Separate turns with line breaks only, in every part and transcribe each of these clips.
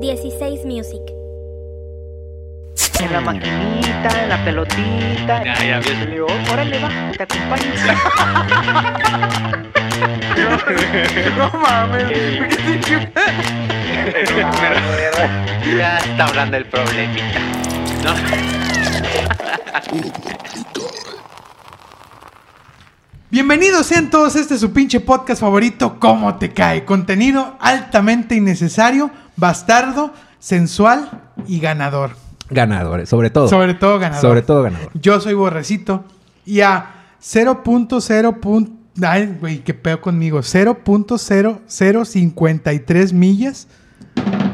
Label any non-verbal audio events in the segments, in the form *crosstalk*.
16 Music.
En la maquinita, en la pelotita.
Ya, ya,
Y le digo, órale, va, te acompaño. no, no mames.
ya está hablando el problemita. ¿no?
Bienvenidos sean todos, este es su pinche podcast favorito, ¿Cómo te cae? Contenido altamente innecesario, bastardo, sensual y ganador.
Ganadores, eh, sobre todo.
Sobre todo ganador.
Sobre todo ganador.
Yo soy borrecito y a 0.0. pun- Ay, güey, qué pedo conmigo. 0.0053 millas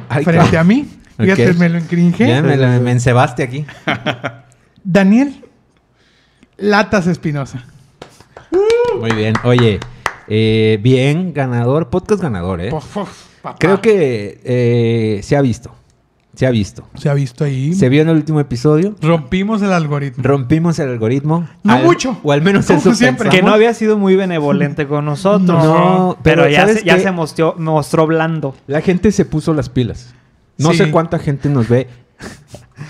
Ay,
frente
cabrón.
a mí.
Ok.
Fíjate, me lo encringé.
Ya me, la- me encebaste aquí.
Daniel Latas Espinosa.
Muy bien. Oye, eh, bien, ganador, podcast ganador, ¿eh?
Pof, pof, papá.
Creo que eh, se ha visto. Se ha visto.
se ha visto ahí.
Se vio en el último episodio.
Rompimos el algoritmo.
Rompimos el algoritmo.
No
Al-
mucho.
O al menos
Como
eso
siempre.
siempre.
Que no había sido muy benevolente con nosotros.
No,
pero,
pero
ya,
¿sabes
se, ya
qué?
se mostró, mostró blando.
La gente se puso las pilas. No
Sí.
sé cuánta gente nos ve,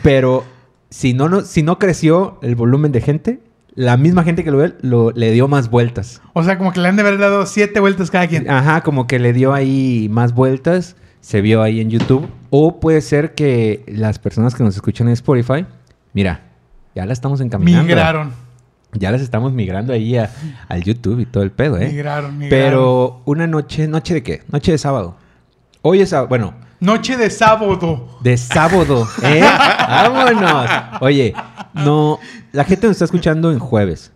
pero si no, no, si no creció el volumen de gente, la misma gente que lo ve lo, le dio más vueltas.
O sea, como que le han de haber dado siete vueltas cada quien.
Ajá, como que le dio ahí más vueltas, se vio ahí en YouTube. O puede ser que las personas que nos escuchan en Spotify, mira, ya la estamos encaminando.
migraron,
Ya las estamos migrando ahí a- al YouTube y todo el pedo, ¿eh?
migraron, migraron.
Pero una noche, ¿noche de qué? Noche de sábado. Hoy es sábado, bueno,
Noche de sábado.
de sábado, ¿eh? ¡Vámonos! Oye, no, la gente nos está escuchando en jueves.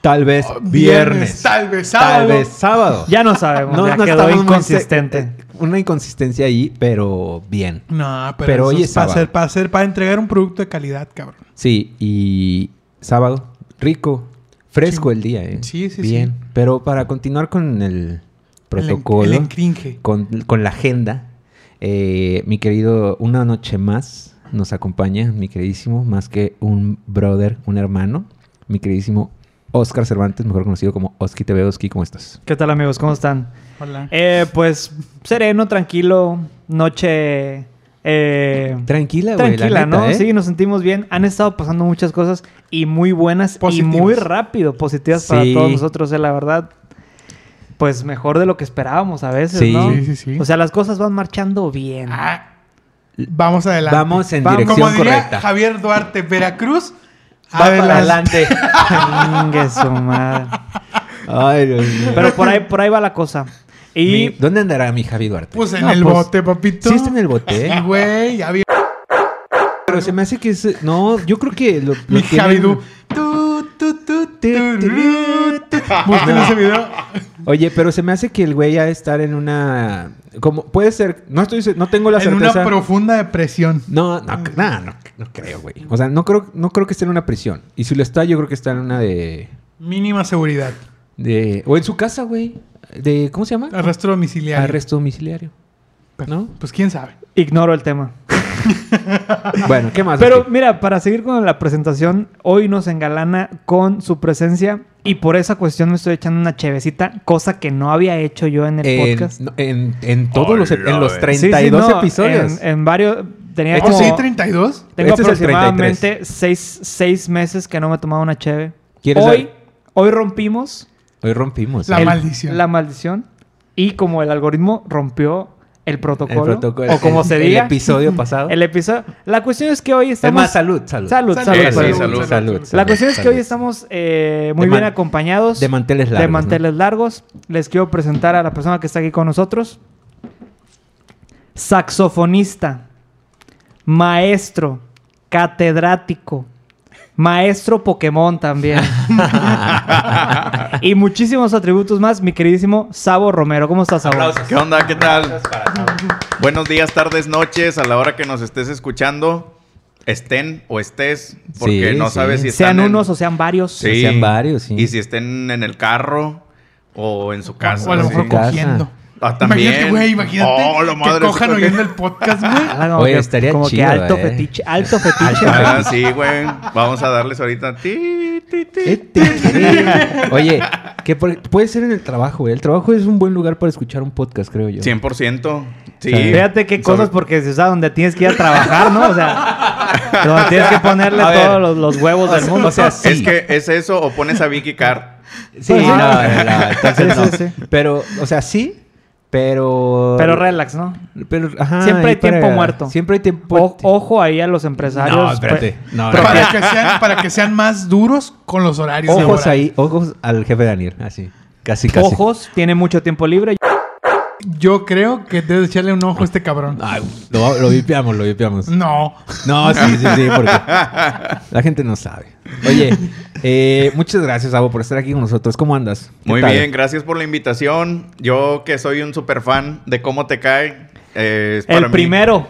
Tal vez
Ah, Viernes,
viernes.
tal vez sábado.
Tal vez sábado.
Ya no sabemos,
No,
ya
no
quedó
estamos muy
inconsistente.
se- eh, una inconsistencia ahí, pero bien.
No, pero,
Pero
eso
hoy
es
es
para
sábado.
hacer, para hacer, para entregar un producto de calidad, cabrón.
Sí, y sábado, rico, fresco el día, ¿eh?
Sí, sí,
Bien.
sí.
Pero para continuar con el
El en-
protocolo,
El, encringe.
con, con la agenda, eh, mi querido, una noche más nos acompaña, mi queridísimo, más que un brother, un hermano, mi queridísimo Oscar Cervantes, mejor conocido como Oski TV Oski, ¿cómo estás?
¿Qué tal, amigos? ¿Cómo están?
Hola.
Eh, pues sereno, tranquilo, noche. eh,
Tranquila, güey. la neta,
Tranquila, ¿no?
¿eh?
Sí, nos sentimos bien. Han estado pasando muchas cosas y muy buenas
Positivas.
y muy rápido, positivas para
Sí.
todos nosotros, eh, la verdad. Pues mejor de lo que esperábamos a veces,
Sí.
¿no?
Sí,
sí, sí.
O sea, las cosas van
*laughs*
marchando bien.
Ah, vamos adelante.
Vamos en
Vamos-
dirección
Como diría
correcta.
Javier Duarte, Veracruz.
Va para adelante.
Chingue su madre.
*laughs* Ay, Dios mío.
Pero por *laughs* ahí, por ahí va la cosa.
Mi-
Y
¿Dónde andará mi Javi Duarte?
Pues en
No,
el
pues,
bote, papito.
Sí está en el bote,
Sí,
¿eh?
*laughs* güey, ya vi.
Pero se me hace que es... No, yo creo que lo, lo
Mi
tienen-
Javidú. Tu, tu, tu, tu, ru, tu. Busquen ese video.
Oye, pero se me hace que el güey ha de estar en una... Como puede ser... No estoy... se- No tengo la
En una
certeza...
profunda depresión.
No, no, c- nah, no, no creo, güey. O sea, no creo, no creo que esté en una prisión. Y si lo está, yo creo que está en una de...
Mínima seguridad.
de o en su casa, güey. De... ¿Cómo se llama?
Arresto domiciliario.
Arresto domiciliario. ¿No?
Pues quién sabe.
ignoro el tema.
Bueno, ¿qué más?
Pero
Oski?
mira, para seguir con la presentación, hoy nos engalana con su presencia y por esa cuestión me estoy echando una chevecita, cosa que no había hecho yo en el
En,
podcast.
no, en- en todos los... ep- En los
Sí, sí,
32
no,
episodios.
En, en varios. Tenía
¿Este
como-
sí, 32?
tengo
Este es el
aproximadamente seis, seis meses que no me tomaba una cheve.
¿Quieres
Hoy,
dar-
hoy rompimos
Hoy rompimos.
La
¿eh?
el-
maldición.
La maldición. Y como el algoritmo rompió el protocolo,
El protocolo.
o como
El-
se diga,
El
*laughs*
episodio pasado.
el episodio. La cuestión es que hoy
Es
estamos.
más, salud, salud.
Salud,
Salud,
salud.
Eh, sí,
salud.
salud.
La cuestión es que
salud.
hoy estamos eh, muy
De
bien
man-
acompañados.
de manteles
De
largos, ¿no?
manteles largos. Les quiero presentar a la persona que está aquí con nosotros. Saxofonista. Maestro. Catedrático. Maestro Pokémon
*laughs*
también. y muchísimos atributos más, mi queridísimo Sabo Romero. ¿Cómo estás, Sabo?
¿Qué onda? ¿Qué tal? Buenos días, tardes, noches, a la hora que nos estés escuchando, estén o estés, porque
Sí,
no
sí.
sabes si están
Sean
en-
unos o sean varios.
Sí.
sean varios, sí.
Y si estén en el carro o en su casa.
o a lo
sí.
mejor
Casa.
cogiendo.
Ah, también.
Imagínate, güey, imagínate
Oh, la
que
madre,
cojan
sí, güey.
oyendo el podcast,
*laughs*
güey.
Ah, como
Oye,
que-
estaría
como que
chido,
alto
eh.
fetiche. Alto fetiche.
Ah, sí, güey. Vamos a darles ahorita. Ti,
*laughs*
Este, sí. Oye, que por- puede ser en el trabajo, güey. El trabajo es un buen lugar para escuchar un podcast, creo yo.
100%. Sí.
Sabe.
Fíjate qué cosas,
Sobre-
porque o sea, donde tienes que ir a trabajar, ¿no? O sea, donde tienes que
*laughs*
ponerle
A ver.
todos los, los huevos del mundo.
O sea, sí.
Es que es eso o pones a Vicky Carr.
Sí,
Pues,
no,
ah.
no,
*laughs*
no, entonces
Sí,
no.
sí, sí.
Pero, o sea, sí, pero...
Pero relax, ¿no?
pero, ajá,
Siempre hay
y para-
tiempo muerto.
Siempre hay tiempo...
O- ojo ahí a los empresarios.
No, espérate.
pues,
No,
pero-
Para que, sean, para que sean más duros con los horarios.
Ojos
laborales.
ahí, ojos al jefe Daniel, así. Casi, casi.
Ojos, tiene mucho tiempo libre.
Yo creo que debes echarle un ojo a este cabrón.
Ay, lo, lo vipeamos, lo vipeamos.
No.
No, sí, sí, sí, porque la gente no sabe. Oye, eh, muchas gracias, Abo, por estar aquí con nosotros. ¿Cómo andas? *laughs* ¿Qué
Muy
tal?
bien, gracias por la invitación. Yo que soy un super fan de cómo te cae. eh, es para
El
mí,
*laughs*
primero.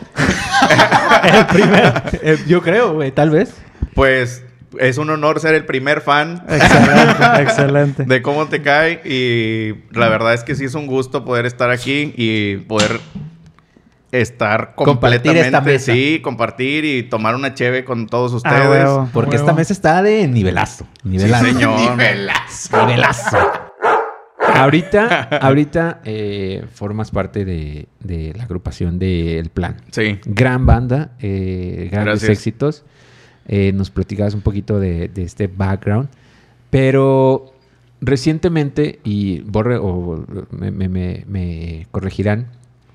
El primero. Eh, yo creo, güey, tal vez.
Pues es un honor ser el primer fan
Excelente, excelente.
de cómo te cae. Y la verdad es que sí es un gusto poder estar aquí y poder estar
Compartir
completamente.
esta mesa.
Sí, compartir y tomar una cheve con todos
Ah,
ustedes.
huevo.
Porque
Huevo.
esta mesa está de nivelazo.
Sí,
Nivelazo.
señor.
Nivelazo. ahorita, ahorita eh, formas parte de, de la agrupación de El Plan.
Sí.
Gran banda, eh, grandes
Gracias.
éxitos. Eh, nos platicabas un poquito de, de este background. Pero recientemente, y Borre o me, me- me- me corregirán,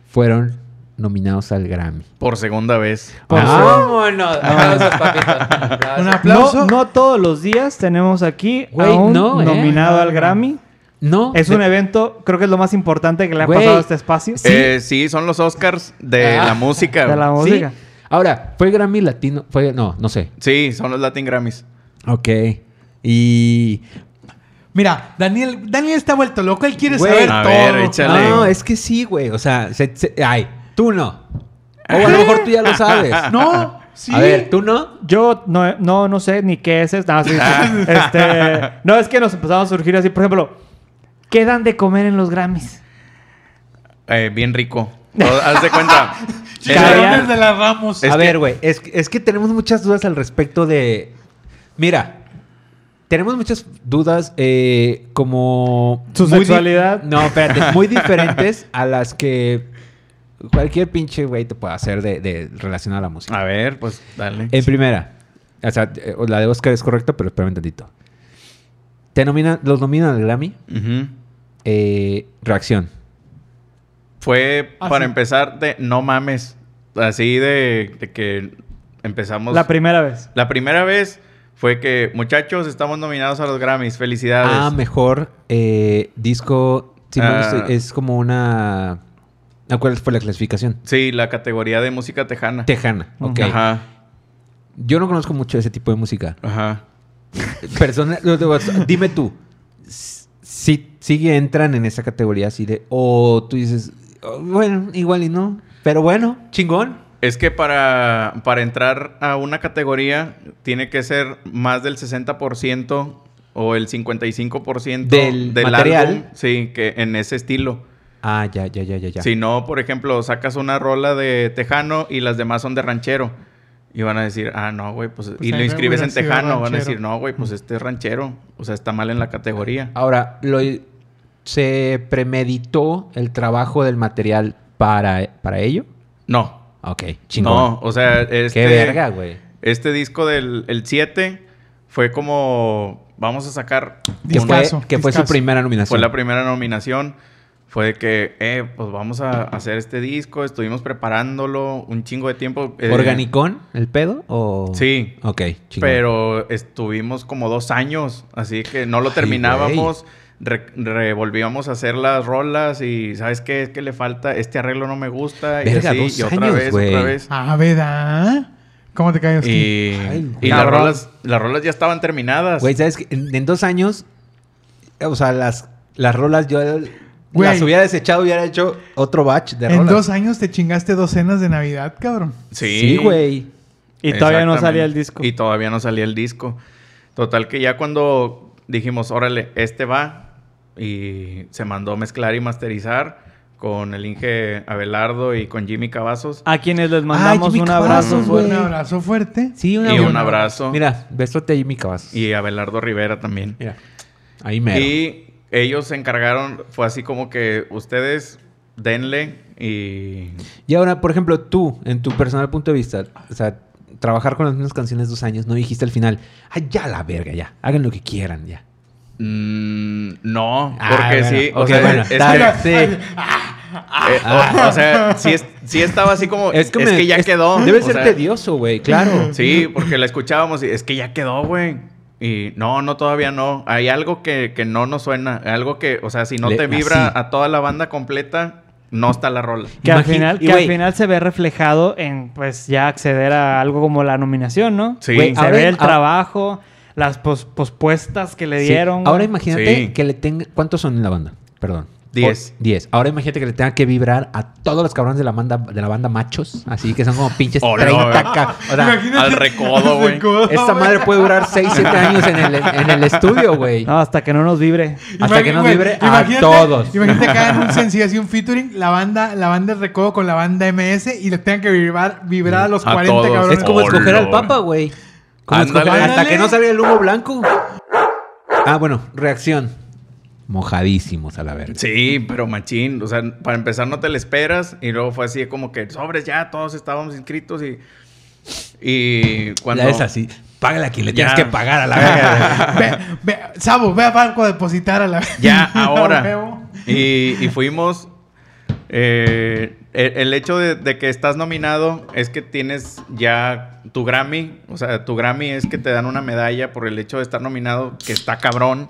fueron nominados al Grammy.
Por segunda vez.
Por
Vámonos. Aplausos, papito. Aplausos.
Un aplauso.
No, no todos los días tenemos aquí
Güey,
a un
no, eh.
nominado al Grammy.
No.
Es un
de-
evento, creo que es lo más importante que le ha
Güey.
pasado a este espacio.
Sí.
Eh, sí, son los Oscars de
Ah,
la música.
de la
Sí.
música.
Ahora, fue Grammy Latino, fue, no, no sé.
Sí, son los Latin Grammys.
Ok. Y...
Mira, Daniel, Daniel está vuelto loco. Él quiere
Güey.
saber
A
todo.
ver, échale.
No, es que sí, güey. O sea, se- se- ay, tú no. O a lo mejor tú ya lo *laughs* sabes.
No, sí.
A ver, tú no.
Yo no, no, no sé ni qué es. es- nada, sí, sí.
Ah.
*laughs* Este, no, es que nos empezamos a surgir así. Por ejemplo, ¿qué dan de comer en los Grammys?
Eh, bien rico. Todo- Haz de cuenta. Es-
Chicharrones de las Ramos.
Es
a
que-
ver, güey, es, que- es que tenemos muchas dudas al respecto de... Mira, tenemos muchas dudas eh, como...
Su
muy di-
sexualidad.
No, espérate, muy diferentes a las que cualquier pinche güey te puede hacer de, de relacionado a la música.
A ver, pues dale.
En primera, o sea, eh, la de Oscar es correcta, pero espérame tantito. Te nominan, los nominan al Grammy.
Ujú.
eh, reacción.
Fue
Ah,
para
sí.
empezar de no mames. Así de, de que empezamos.
La primera vez.
La primera vez fue que, muchachos, estamos nominados a los Grammys. Felicidades.
Ah, mejor eh, disco. si mal no
Ah.
estoy, es como una. ¿a ¿Cuál fue la clasificación?
sí, la categoría de música tejana.
Tejana. Ok.
Ajá.
Yo no conozco mucho ese tipo de
*laughs*
música.
Ajá.
Persona, lo- lo- dime tú. s- Si, si entran en esa categoría así de. O tú dices. "Oh, bueno, igual y no. Pero bueno, chingón.
Es que para, para entrar a una categoría tiene que ser más del 60% o el 55%
Del material.
álbum, sí, que en ese estilo.
Ah, ya, ya, ya, ya, ya.
Si no, por ejemplo, sacas una rola de tejano y las demás son de ranchero. Y van a decir, ah, no, güey, pues...
Pues
y
ahí
lo
me
inscribes
hubiera
en
sido
tejano. Van a
ranchero.
decir, no, güey, pues este es ranchero. O sea, está mal en la categoría.
Ahora, lo, ¿se premeditó el trabajo del material para, para ello?
No.
Ok, chingón.
No, o sea, este...
Qué verga, güey.
Este disco del el 7 fue como... Vamos a sacar...
Que
un-
fue,
Discazo,
que fue su
discazo.
primera nominación.
Fue la primera nominación. Fue de que, eh, pues vamos a hacer este disco. Estuvimos preparándolo un chingo de tiempo. eh,
¿Organicón el pedo? O...
Sí.
Ok, chingón.
Pero estuvimos como dos años. Así que no lo
Ay,
terminábamos. re- revolvíamos a hacer las rolas y, ¿sabes qué? Es que le falta, este arreglo no me gusta. Y
Verga,
así,
dos
y otra
años,
vez,
güey.
otra vez.
Ah, ¿verdad? ¿Cómo te caes? aquí?
Y,
Ay,
y las,
cabrón.
rolas, las rolas ya estaban terminadas.
Güey, ¿sabes qué? En, en dos años, eh, o sea, las, las rolas yo
Güey.
las hubiera desechado, hubiera hecho otro batch de rolas.
En dos años te chingaste dos cenas de Navidad, cabrón.
sí.
Sí, güey.
Y todavía no
Exactamente.
salía el disco.
Y todavía no salía el disco. Total que ya cuando dijimos, órale, este va, y se mandó a mezclar y masterizar co- con el Inge Abelardo y con Jimmy Cavazos.
A quienes les
Ay,
mandamos
Jimmy
un
Cavazos,
abrazo
güey.
fuerte.
Un abrazo fuerte.
Sí,
y un abrazo.
Mira, besote a Jimmy Cavazos.
Y Abelardo Rivera también.
Mira. Ahí mero.
Y ellos se encargaron, fue así como que ustedes denle y
Y ahora, por ejemplo, tú, en tu personal punto de vista, o sea, trabajar con las mismas canciones dos años, no dijiste al final, ay, ya la verga, ya, hagan lo que quieran, ya.
Mm, no,
Ah,
porque
bueno,
sí, o
ok,
sea,
bueno,
es
está
que-
bien, sí.
eh, o, o sea, sí, es- sí estaba así como, Oh, es que,
me-
ya
es-
quedó.
Debe
o
ser
sea, Mm.
tedioso, güey, claro.
Sí, porque la escuchábamos y es que ya quedó, güey. Y no, no, todavía no. Hay algo que, que no nos suena. Algo que, o sea, si no
Le-
te vibra
así.
a toda la banda completa, no está la rola.
Que, al
Imagi-
final,
y,
que al
güey.
final se ve reflejado en, pues, ya acceder a algo como la nominación, ¿no?
Sí.
Güey,
Se
ahora-
ve el
ah,
trabajo, las pos- pospuestas que le
sí.
dieron. güey.
Ahora imagínate
Sí.
que le tenga... ¿Cuántos son en la banda? Perdón.
Diez.
O- diez. Ahora imagínate que le tenga que vibrar a todos los cabrones de la banda, de la banda machos, así que son como pinches
Oh, no,
30
güey.
ca- O
*laughs*
sea,
al
*laughs*
recodo, güey.
esta madre puede durar 6, 7 años en el, en el estudio, güey.
No, hasta que no nos vibre.
hasta que nos libre a todos.
Imagínate
*laughs*
que hagan un sencillo así, un featuring, la banda, la banda de recodo con la banda MS y le tengan que vibrar, vibrar a los
A
40
todos.
cabrones.
Es como
Hola,
escoger al
güey.
Papa, güey. Como
Ándale.
escoger- hasta
Ándale.
que no salga el humo blanco. Ah, bueno, reacción. Mojadísimos a la verga.
Sí, pero machín. O sea, para empezar no te la esperas. Y luego fue así como que, sobres, ya todos estábamos inscritos y... Y cuando...
La es así. Págale a quien le
Ya.
tienes que pagar a la
*laughs*
verga.
Ve, ve, Sabo, ve a Barco a depositar a la... *laughs*
*laughs*
Ya,
a
ahora.
huevo.
y, y fuimos. eh, el, el hecho de, de que estás nominado es que tienes ya tu Grammy. O sea, tu Grammy es que te dan una medalla por el hecho de estar nominado, que está cabrón.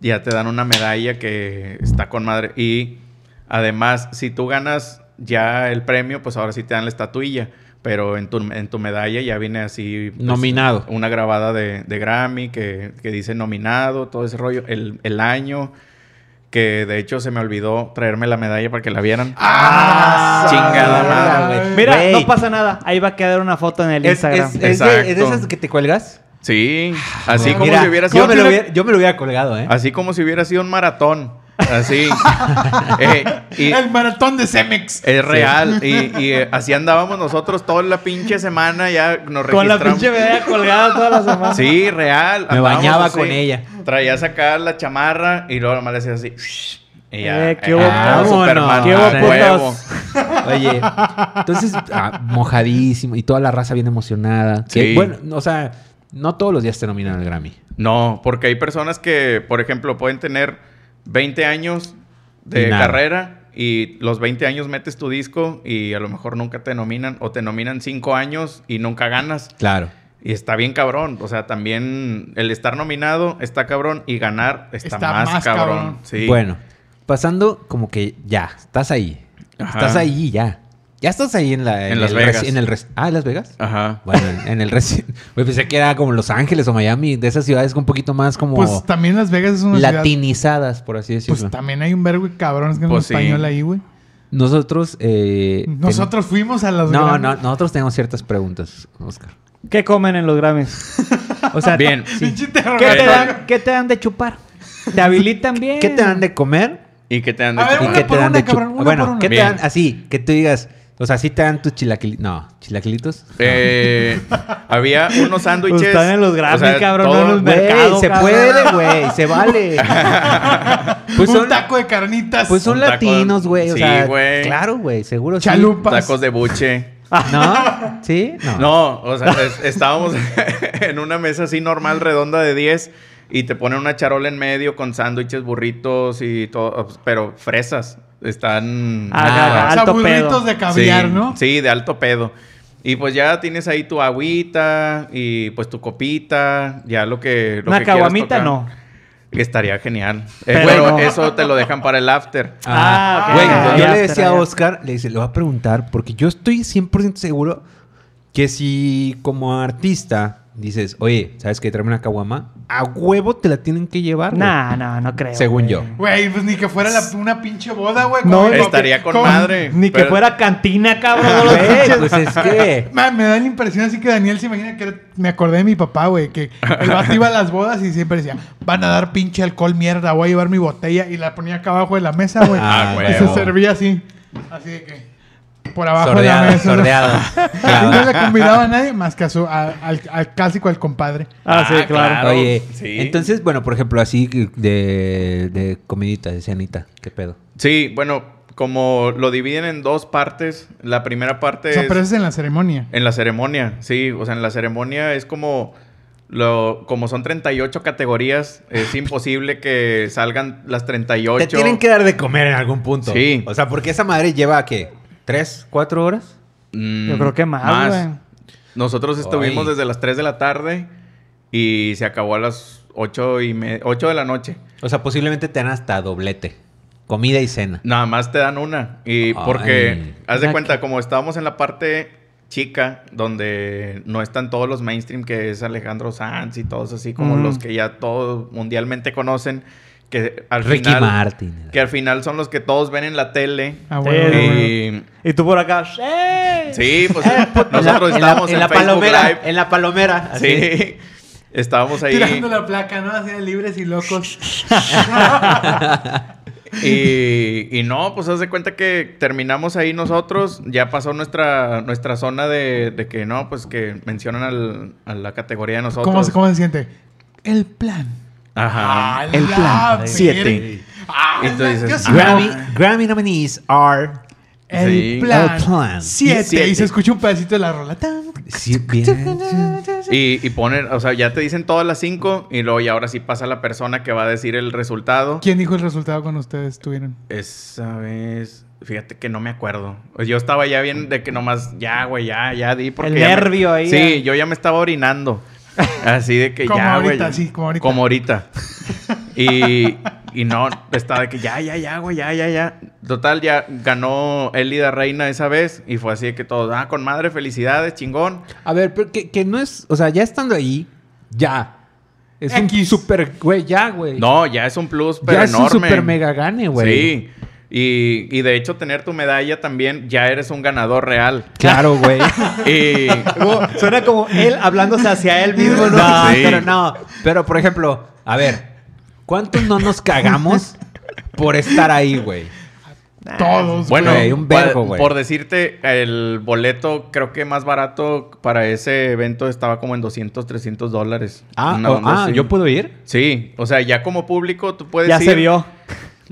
Ya te dan una medalla que está con madre. Y además, si tú ganas ya el premio, pues ahora sí te dan la estatuilla. Pero en tu, en tu medalla ya viene así. pues,
Nominado.
Una grabada de, de Grammy que, que dice nominado, todo ese rollo. El, el año. Que de hecho se me olvidó traerme la medalla para que la vieran.
Ah,
chingada
sabrá,
madre,
güey.
Mira,
Güey.
no pasa nada. Ahí va a quedar una foto en el
Es,
Instagram.
es- es de, es de
Exacto.
esas que te cuelgas.
Sí, así
Mira,
como si hubiera sido.
yo, me lo hubiera, yo me lo hubiera colgado, ¿eh?
Así como si hubiera sido un maratón. Así.
*laughs*
Eh, y
El maratón de Cemex.
es real. Y,
*laughs*
y, eh, así andábamos nosotros toda la pinche semana. Ya nos registramos.
Con la pinche medalla colgada toda la semana.
Sí, real.
Me
Andábamos
bañaba con ella.
Traías acá la chamarra y luego nomás le hacías así. Y ya.
Eh, qué hubo,
ah,
putos.
Superman,
Qué hubo,
ah, huevo.
putos.
Ah.
Oye, entonces, ah, mojadísimo y toda la raza bien emocionada. Que,
Sí.
bueno, o sea, no todos los días te nominan al Grammy.
No, porque hay personas que, por ejemplo, pueden tener 20 años de
Y nada.
carrera y los 20 años metes tu disco y a lo mejor nunca te nominan o te nominan 5 años y nunca ganas.
Claro.
Y está bien cabrón. O sea, también el estar nominado está cabrón y ganar está,
Está
más,
más
cabrón.
cabrón.
Sí.
Bueno, pasando como que ya, estás ahí.
Ajá.
Estás ahí ya. Ya estás ahí en la...
En Las
el
Vegas.
reci- En el res- ah, ¿en Las Vegas?
Ajá.
Bueno, en, en el *laughs* recién... pensé que era como Los Ángeles o Miami, de esas ciudades un poquito más como
Pues también Las Vegas es una ciudad...
latinizadas, por así decirlo.
Pues también hay un verbo de cabrones que
Pues
es
sí.
español ahí, güey.
Nosotros... eh, ten-
Nosotros fuimos a las
No,
Grammys.
no, nosotros tenemos ciertas preguntas, Oscar.
¿Qué comen en los
*laughs*
Grammys?
O sea,
Bien.
Pinche
¿Qué
interrogante.
te dan, qué te dan de chupar? ¿Te habilitan bien?
¿qué te dan de comer?
¿Y qué te han
A ver,
¿Y
Eh. una
qué
por
te dan
una,
de chup-
cabrón, una
Bueno,
por una.
¿qué te
Bien.
dan así? Que tú digas... O sea, sí te dan tus chilaquilitos. No, chilaquilitos.
Eh, había unos sándwiches.
Pues Están en los Grammy, cabrón, no en los
Güey,
Mercado,
se
cabrón.
puede, güey, se
*laughs*
vale. pues
un
son,
taco de carnitas.
pues son
Un taco-
latinos, güey. o
Sí,
sea,
güey.
Claro, güey, seguro. sí.
Chalupas.
Tacos de buche.
*laughs*
¿No? ¿Sí? No.
No, o sea, es- estábamos *laughs* en una mesa así normal, redonda de 10, y te ponen una charola en medio con sándwiches, burritos y todo, pero fresas. Están.
Ah,
Ah,
O
ah,
sea,
alto
burritos
pedo.
de caviar,
sí,
¿no?
Sí, de alto pedo. Y pues ya tienes ahí tu agüita y pues tu copita, ya lo que. Lo
Una
que quieras
caguamita
tocar.
no.
Que Estaría genial. Eh,
Pero
bueno,
no.
eso te lo dejan para el after.
Ah,
Ah, ok.
güey.
Ah,
yo
ya,
le decía a
ya.
Oscar, le dice, le voy a preguntar, porque yo estoy 100% seguro que si como artista dices, oye, ¿sabes qué? Tráeme una caguama. A huevo te la tienen que
Ah,
llevar. güey.
Nah, no, no creo.
Según
güey.
yo.
Güey, pues ni que fuera la- una pinche boda, güey.
No,
como-
Estaría con
como-
madre.
Ni que
pero-
fuera cantina, cabrón. no lo
Güey,
pinches.
pues es que...
Ma, me da la impresión así que Daniel se imagina que era- me acordé de mi papá, güey, que el vato iba a las bodas y siempre decía, van a dar pinche alcohol mierda, voy a llevar mi botella y la ponía acá abajo de la mesa, güey.
Ah,
y se
huevo.
servía así, así de que por abajo de la
Sordeado,
mesa. ¿no?
sordeado.
*laughs* Y
Clavado.
no le convidaba a nadie más que a su, a- al, al clásico, al compadre.
Ah, sí,
Ah,
claro.
claro.
Oye,
sí.
entonces, bueno, por ejemplo, así de, de comidita, de cenita, ¿qué pedo?
Sí, bueno, como lo dividen en dos partes, la primera parte
O sea,
es
pero eso es en la ceremonia.
en la ceremonia, sí, o sea, en la ceremonia es como lo como son 38 categorías, es imposible que salgan las 38.
Te tienen que dar de comer en algún punto.
Sí.
O sea, porque esa madre lleva, ¿qué? ¿Tres, cuatro horas?
Mm,
Yo creo que más, güey.
Nosotros estuvimos
Ay.
desde las 3 de la tarde y se acabó a las 8 y me- 8 de la noche.
O sea, posiblemente te dan hasta doblete. Comida y cena.
Nada más te dan una. Y
Ay.
porque, haz de
Una
cuenta, como estábamos en la parte chica, donde no están todos los mainstream, que es Alejandro Sanz y todos así, como
Ujú.
los que ya todos mundialmente conocen, que al
Ricky
final...
Martin.
Que al final son los que todos ven en la tele.
Ah,
Sí,
bueno,
sí.
bueno.
Y-
Y tú por acá. ¡eh!
Sí, pues nosotros
en la,
estábamos en,
la
Facebook
palomera.
Live.
En la palomera. así.
Sí. Estábamos ahí.
Tirando la placa, ¿no? Así de libres y locos. *laughs*
Y, y no, pues haz de cuenta que terminamos ahí nosotros, ya pasó nuestra, nuestra zona de, de que no, pues que mencionan al- a la categoría de nosotros.
¿Cómo, Ah, se- ¿Cómo se siente? El plan.
Ajá.
El plan.
siete.
Ah,
Ah, Y tú dices,
qué asco.
Grammy, Grammy nominees are...
El
Sí.
plan.
El plan.
Siete.
Siete.
Y se escucha un pedacito de la rola. Tan.
Sí, bien.
Y, y ponen, o sea, ya te dicen todas las cinco y luego y ahora sí pasa la persona que va a decir el resultado.
¿Quién dijo el resultado cuando ustedes estuvieron?
Esa vez, fíjate que no me acuerdo. Pues yo estaba ya bien de que nomás, ya, güey, ya, ya di. Porque
El
ya me-
nervio ahí,
Sí,
ya.
yo ya me
*laughs*
estaba orinando. Así de que
Como
ya, güey.
ahorita, sí, como ahorita. *laughs*
Como ahorita. Y, y no, estaba de que ya, ya, ya, güey, ya, ya, ya. Total, ya ganó Elida Reina esa vez y fue así de que todos, ah, con madre, felicidades, chingón.
A ver, pero que, que no es... O sea, ya estando ahí, ya. Es un
X.
super... Güey, ya, güey.
No, ya es un plus, pero
ya
enorme.
es un super mega gane, güey.
Sí. Y, y de hecho, tener tu medalla también, ya eres un ganador real.
Claro,
*laughs*
güey. *laughs*
Y,
Como- suena como él hablándose hacia él mismo, ¿no?
No, sí.
pero no. Pero, por ejemplo, a ver, ¿cuántos no nos cagamos por estar ahí, güey?
Ah, Todos.
Bueno,
Güey, un vergo,
pa-
güey.
por decirte, el boleto creo que más barato para ese evento estaba como en 200, 300 dólares.
Ah,
Una
o-
onda
ah,
así.
¿yo puedo ir?
Sí, o sea, ya como público tú puedes
Ya
ir,
se vio.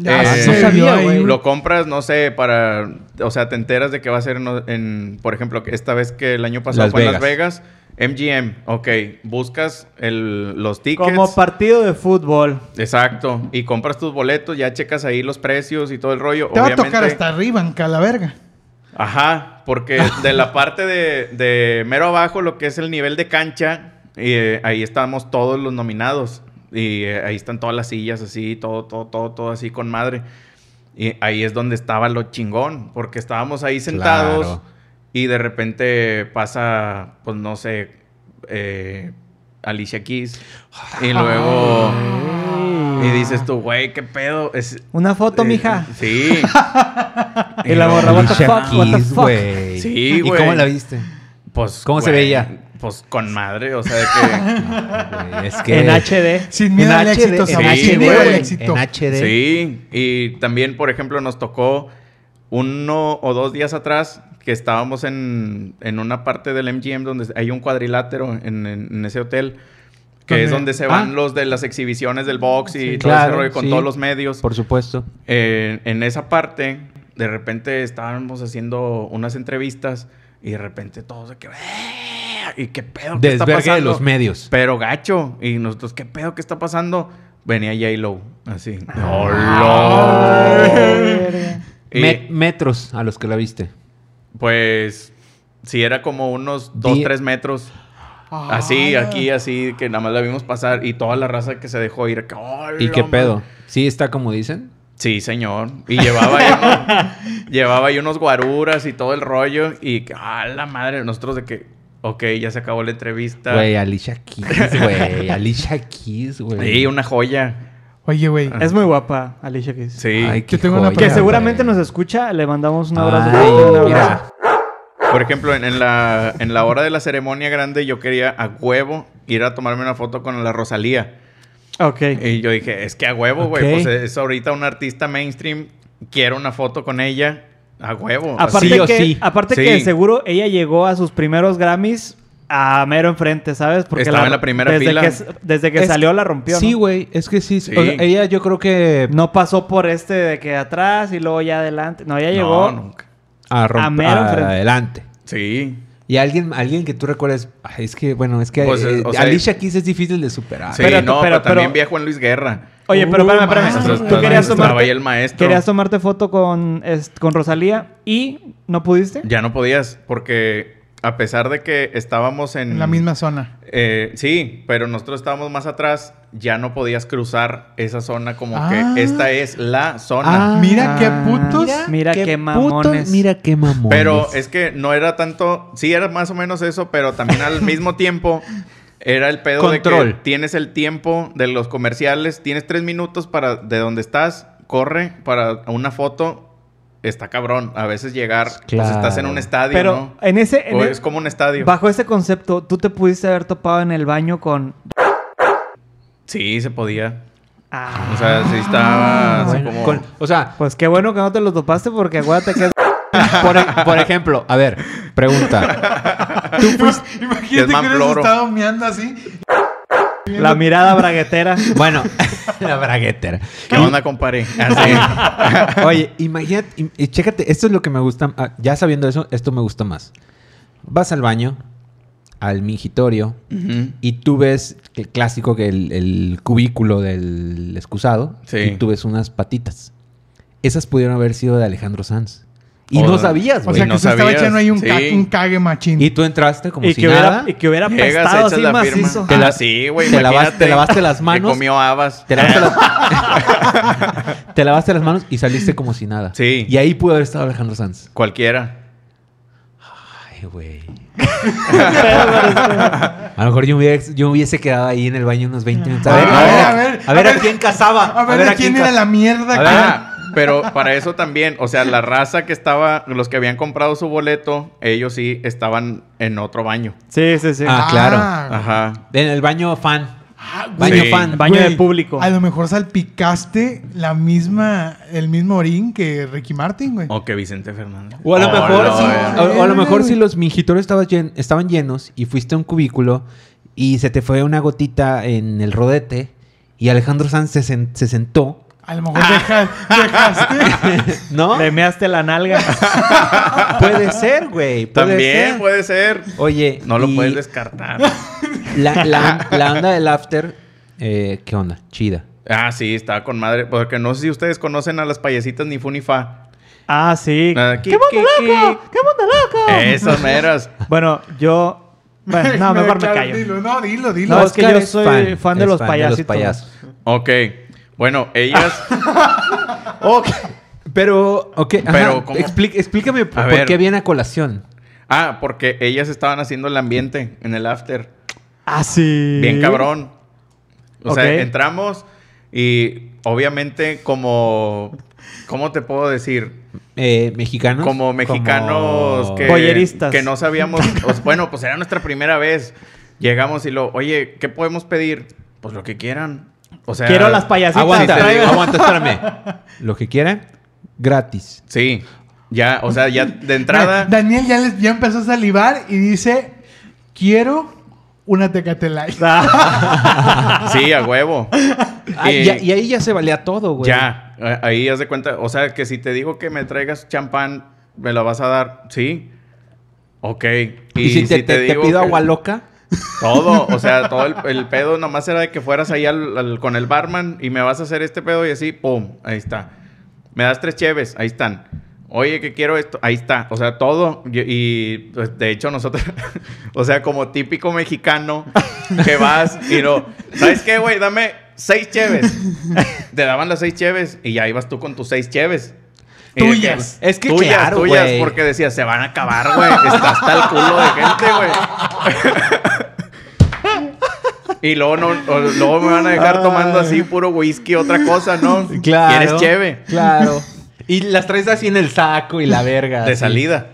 Ya
eh,
se
no
vio
sabía,
ahí.
güey.
Lo compras, no sé, para... O sea, te enteras de que va a ser en, en, por ejemplo, que esta vez que el año pasado
Las
fue en Las Vegas. MGM, ok. Buscas el- los tickets.
Como partido de fútbol.
Exacto. Y compras tus boletos, ya checas ahí los precios y todo el rollo.
Te va a tocar
Obviamente-
hasta arriba, en la verga.
Ajá, porque de la parte de, de mero abajo, lo que es el nivel de cancha, eh, ahí estamos todos los nominados. Y eh, ahí están todas las sillas así, todo, todo, todo, todo así con madre. Y ahí es donde estaba lo chingón, porque estábamos ahí sentados
Claro.
y de repente pasa, pues no sé, eh, Alicia Keys. Y luego... Y dices tú, güey, qué pedo. Es,
Una foto,
eh,
mija.
Sí.
*laughs* Y la borra, what the
Alicia
fuck, what the
Keys,
fuck.
güey.
Sí,
¿Y
güey.
cómo la viste?
Pues,
¿Cómo se
güey,
veía?
Pues con madre, o sea,
*laughs*
de
Güey, es que...
En HD.
Sin miedo al
HD,
éxito,
en
Samuel.
HD,
Sin miedo al
güey.
éxito.
En
que.
HD.
sí. Y también, por ejemplo, nos tocó uno o dos días atrás que estábamos en, en una parte del MGM donde hay un cuadrilátero en, en- en ese hotel. Que es
¿Dónde?
donde se van
Ah.
los de las exhibiciones del box y todo
claro,
ese rollo con
sí.
todos los medios.
Por supuesto.
Eh, en esa parte, de repente estábamos haciendo unas entrevistas y de repente todos de que... "Eh, ¿Y qué pedo? ¿Qué está
Desvergue de
pasando?"
los medios.
Pero gacho. Y nosotros, ¿qué pedo? ¿Qué está pasando? Venía J-Lo, así.
Ah.
Verga.
Y,
eh.
Me- metros a los que la viste.
pues, si era como unos 2,
Die-
3 metros.
Ah.
Así, aquí, así, que nada más la vimos pasar. Y toda la raza que se dejó ir. que,
¿Y
"Hola,
qué
man".
pedo? ¿Sí está como dicen?
Sí, señor. Y
*laughs*
llevaba ahí, unos- llevaba ahí unos guaruras y todo el rollo. Y que, a la "Ah, madre, nosotros de que, Ok, ya se acabó la entrevista.
Güey, Alicia Keys, güey. Alicia Keys, güey.
Sí, una joya.
Oye, güey.
Es muy guapa, Alicia Keys.
Sí.
Ay, qué
Yo tengo una
joya,
Que
pregunta.
seguramente
güey.
nos escucha, le mandamos un abrazo.
Ay,
fuerte, un
Ah,
abrazo.
mira.
Por ejemplo, en, en la, en la hora de la ceremonia grande yo quería a huevo ir a tomarme una foto con la Rosalía.
Ok.
Y yo dije, es que a huevo, güey.
Ok.
Pues es ahorita una artista mainstream. Quiero una foto con ella. A huevo.
Aparte,
Sí o
que,
sí.
aparte
Sí.
que seguro ella llegó a sus primeros Grammys a mero enfrente, ¿sabes?
Estaba en la primera
desde
fila.
Que, s- desde que
Es-
salió la rompió.
Sí,
¿no?
güey. Es que sí.
Sí.
o sea, ella yo creo que...
No pasó por este de que atrás y luego ya adelante. No, ella
No,
llegó.
nunca.
A
A
romper.
mero enfrente.
Adelante.
Sí.
Y alguien, alguien que tú recuerdes... ay, Es que, bueno, es que
Pues,
eh,
o sea,
Alicia Keys es difícil de superar.
Sí,
Ah, Pero tú-
no, pero,
pero- pero-
también viajó en Luis Guerra.
Oye, pero
Uh,
espérame,
man.
Entonces,
espérame.
Tú
¿Tú
estaba-
querías
Estaba ahí
tomarte,
el maestro.
querías tomarte foto con, es- con Rosalía y no pudiste?
Ya no podías, porque a pesar de que estábamos en...
En la misma zona.
Eh, sí, pero nosotros estábamos más atrás, ya no podías cruzar esa zona como
Ah.
que esta es la zona.
Ah,
Mira qué
Ah,
putos.
Mira, mira qué, mamones.
putos, mira qué mamones.
Pero es que no era tanto, sí era más o menos eso, pero también al mismo tiempo era el pedo de
Control.
que tienes el tiempo de los comerciales, tienes tres minutos para de donde estás, corre para una foto, está cabrón. A veces llegar, pues
Claro.
estás en un estadio,
pero
¿no?
en ese... en e-
O
el-
es como un estadio.
bajo ese concepto, tú te pudiste haber topado en el baño con...
Sí, se podía.
Ah,
O sea, sí estaba así
Bueno,
como...
con- o sea,
pues qué bueno que no te lo topaste porque acuérdate que... es-
por, e- por ejemplo, a ver, pregunta.
Que es
Imagínate que hubieras
Manfloro.
estado meando así.
La mirada braguetera.
Bueno, *laughs* la braguetera.
¿Qué onda, compadre? Así.
Oye, imagínate, im- y chécate, esto es lo que me gusta, ah, ya sabiendo eso, esto me gusta más. Vas al baño, al mingitorio,
Ujú.
y tú ves el clásico que el, el cubículo del excusado,
Sí.
y tú ves unas patitas. Esas pudieron haber sido de Alejandro Sanz. Y
O
no
de-
sabías,
O
güey.
sea,
no
que se estaba
sabías.
echando ahí un, ca-
Sí.
un cague machín.
Y tú entraste como
Y
si
que, hubiera,
nada.
y que hubiera
Llegas,
apestado
echas
así
la firma.
macizo.
Te la-
Ah, sí, güey,
te lavas-
imagínate.
te lavaste las manos.
Que comió habas.
Te lavaste, las... *laughs* Te lavaste las manos y saliste como si nada.
Sí.
Y ahí pudo haber estado Alejandro Sanz.
Ah, Cualquiera.
Ay, güey. a lo mejor yo me hubiese, yo me hubiese quedado ahí en el baño unos 20 minutos. A ver, a ver, a ver, a, quién casaba.
A ver, ¿de quién era
ca-
la mierda?
A
que-
ver,
Ah, pero para eso también, o sea, la raza que estaba, los que habían comprado su boleto, ellos sí estaban en otro baño.
Sí, sí, sí.
Ah, claro.
Ajá.
En el baño fan.
Ah, güey.
Baño
Sí.
fan.
Baño
Güey,
de público.
A lo mejor salpicaste la misma, el mismo orín que Ricky Martin, güey.
O que Vicente Fernández.
O a lo
Oh,
mejor,
no,
sí-
eh.
o- o a lo mejor si los mingitorios estaban, llen- estaban llenos y fuiste a un cubículo y se te fue una gotita en el rodete y Alejandro Sanz se, sen- se
*laughs*
sentó, *laughs*
A lo mejor deja- dejaste.
¿no?
Le measte Ah. la nalga.
Puede ser, güey. puede
También
ser.
puede ser.
Oye,
No lo
y *laughs*
puedes descartar. *laughs*
la, la, la onda del after, eh, ¿qué onda? Chida.
Ah, sí, estaba con madre. Porque no sé si ustedes conocen a las payasitas ni fu ni fa.
Ah, sí.
Nada, ¿qué-
¡Qué mundo
qué- Eh.
loco! ¡Qué mundo loco!
Esas meras.
Bueno, yo...
*laughs*
Bueno, no, mejor me
Claro,
callo.
Dilo, no, dilo, dilo.
No, es que
Oscar
yo soy fan de
es
los
De los
payasitos.
payasos.
Ok. Bueno,
*laughs*
ellas.
Pero, ok, ajá,
Pero, ¿cómo?
expli- explícame por,
A
por
ver.
qué viene a colación.
Ah, porque ellas estaban haciendo el ambiente en el after.
Ah, sí.
Bien
*laughs*
cabrón. O
Ok.
sea, entramos y obviamente como... ¿Cómo te puedo decir?
Eh, mexicanos.
Como mexicanos
Como-
que...
Voyeristas.
Que
*laughs*
no sabíamos... o sea, bueno, pues era nuestra primera vez. Llegamos y lo... Oye, ¿qué podemos pedir? Pues lo que quieran. O sea...
Quiero las payasitas.
Aguanta,
Sí, te digo.
*laughs*
aguanta, espérame. Lo que quieran, gratis.
Sí. Ya, o sea, ya de
Da-
*laughs*
entrada...
Daniel ya, les- ya empezó a salivar y dice: Quiero una tecate light.
Ah,
sí, a huevo.
Ah,
Y-
ya- y ahí ya se valía todo, güey.
Ya, a- ahí haz de cuenta. O sea, que si te digo que me traigas champán, ¿me la vas a dar? Sí. Ok.
Y, si, te, te- te pido
que-
agua loca,
Todo, o sea, todo el, el pedo nomás era de que fueras ahí al- al- con el barman y me vas a hacer este pedo y así, pum, ahí está. Me das tres cheves, ahí están. Oye, que quiero esto, ahí está. O sea, todo. Y, y, pues, de hecho, nosotros, *laughs* o sea, como típico mexicano que vas y no, ¿sabes qué, güey? Dame seis cheves. Te daban las seis cheves y ya ibas tú con tus seis cheves.
Tuyas.
Es que
tuyas,
claro,
tuyas,
güey.
porque decías, se van a acabar, güey. Está hasta el culo de gente, güey. Y luego, no, o- luego me van a dejar tomando así puro whisky, otra cosa, ¿no?
Claro.
¿Quieres cheve? *laughs*
Claro. Y las traes así en el saco y la verga.
De
así.
salida.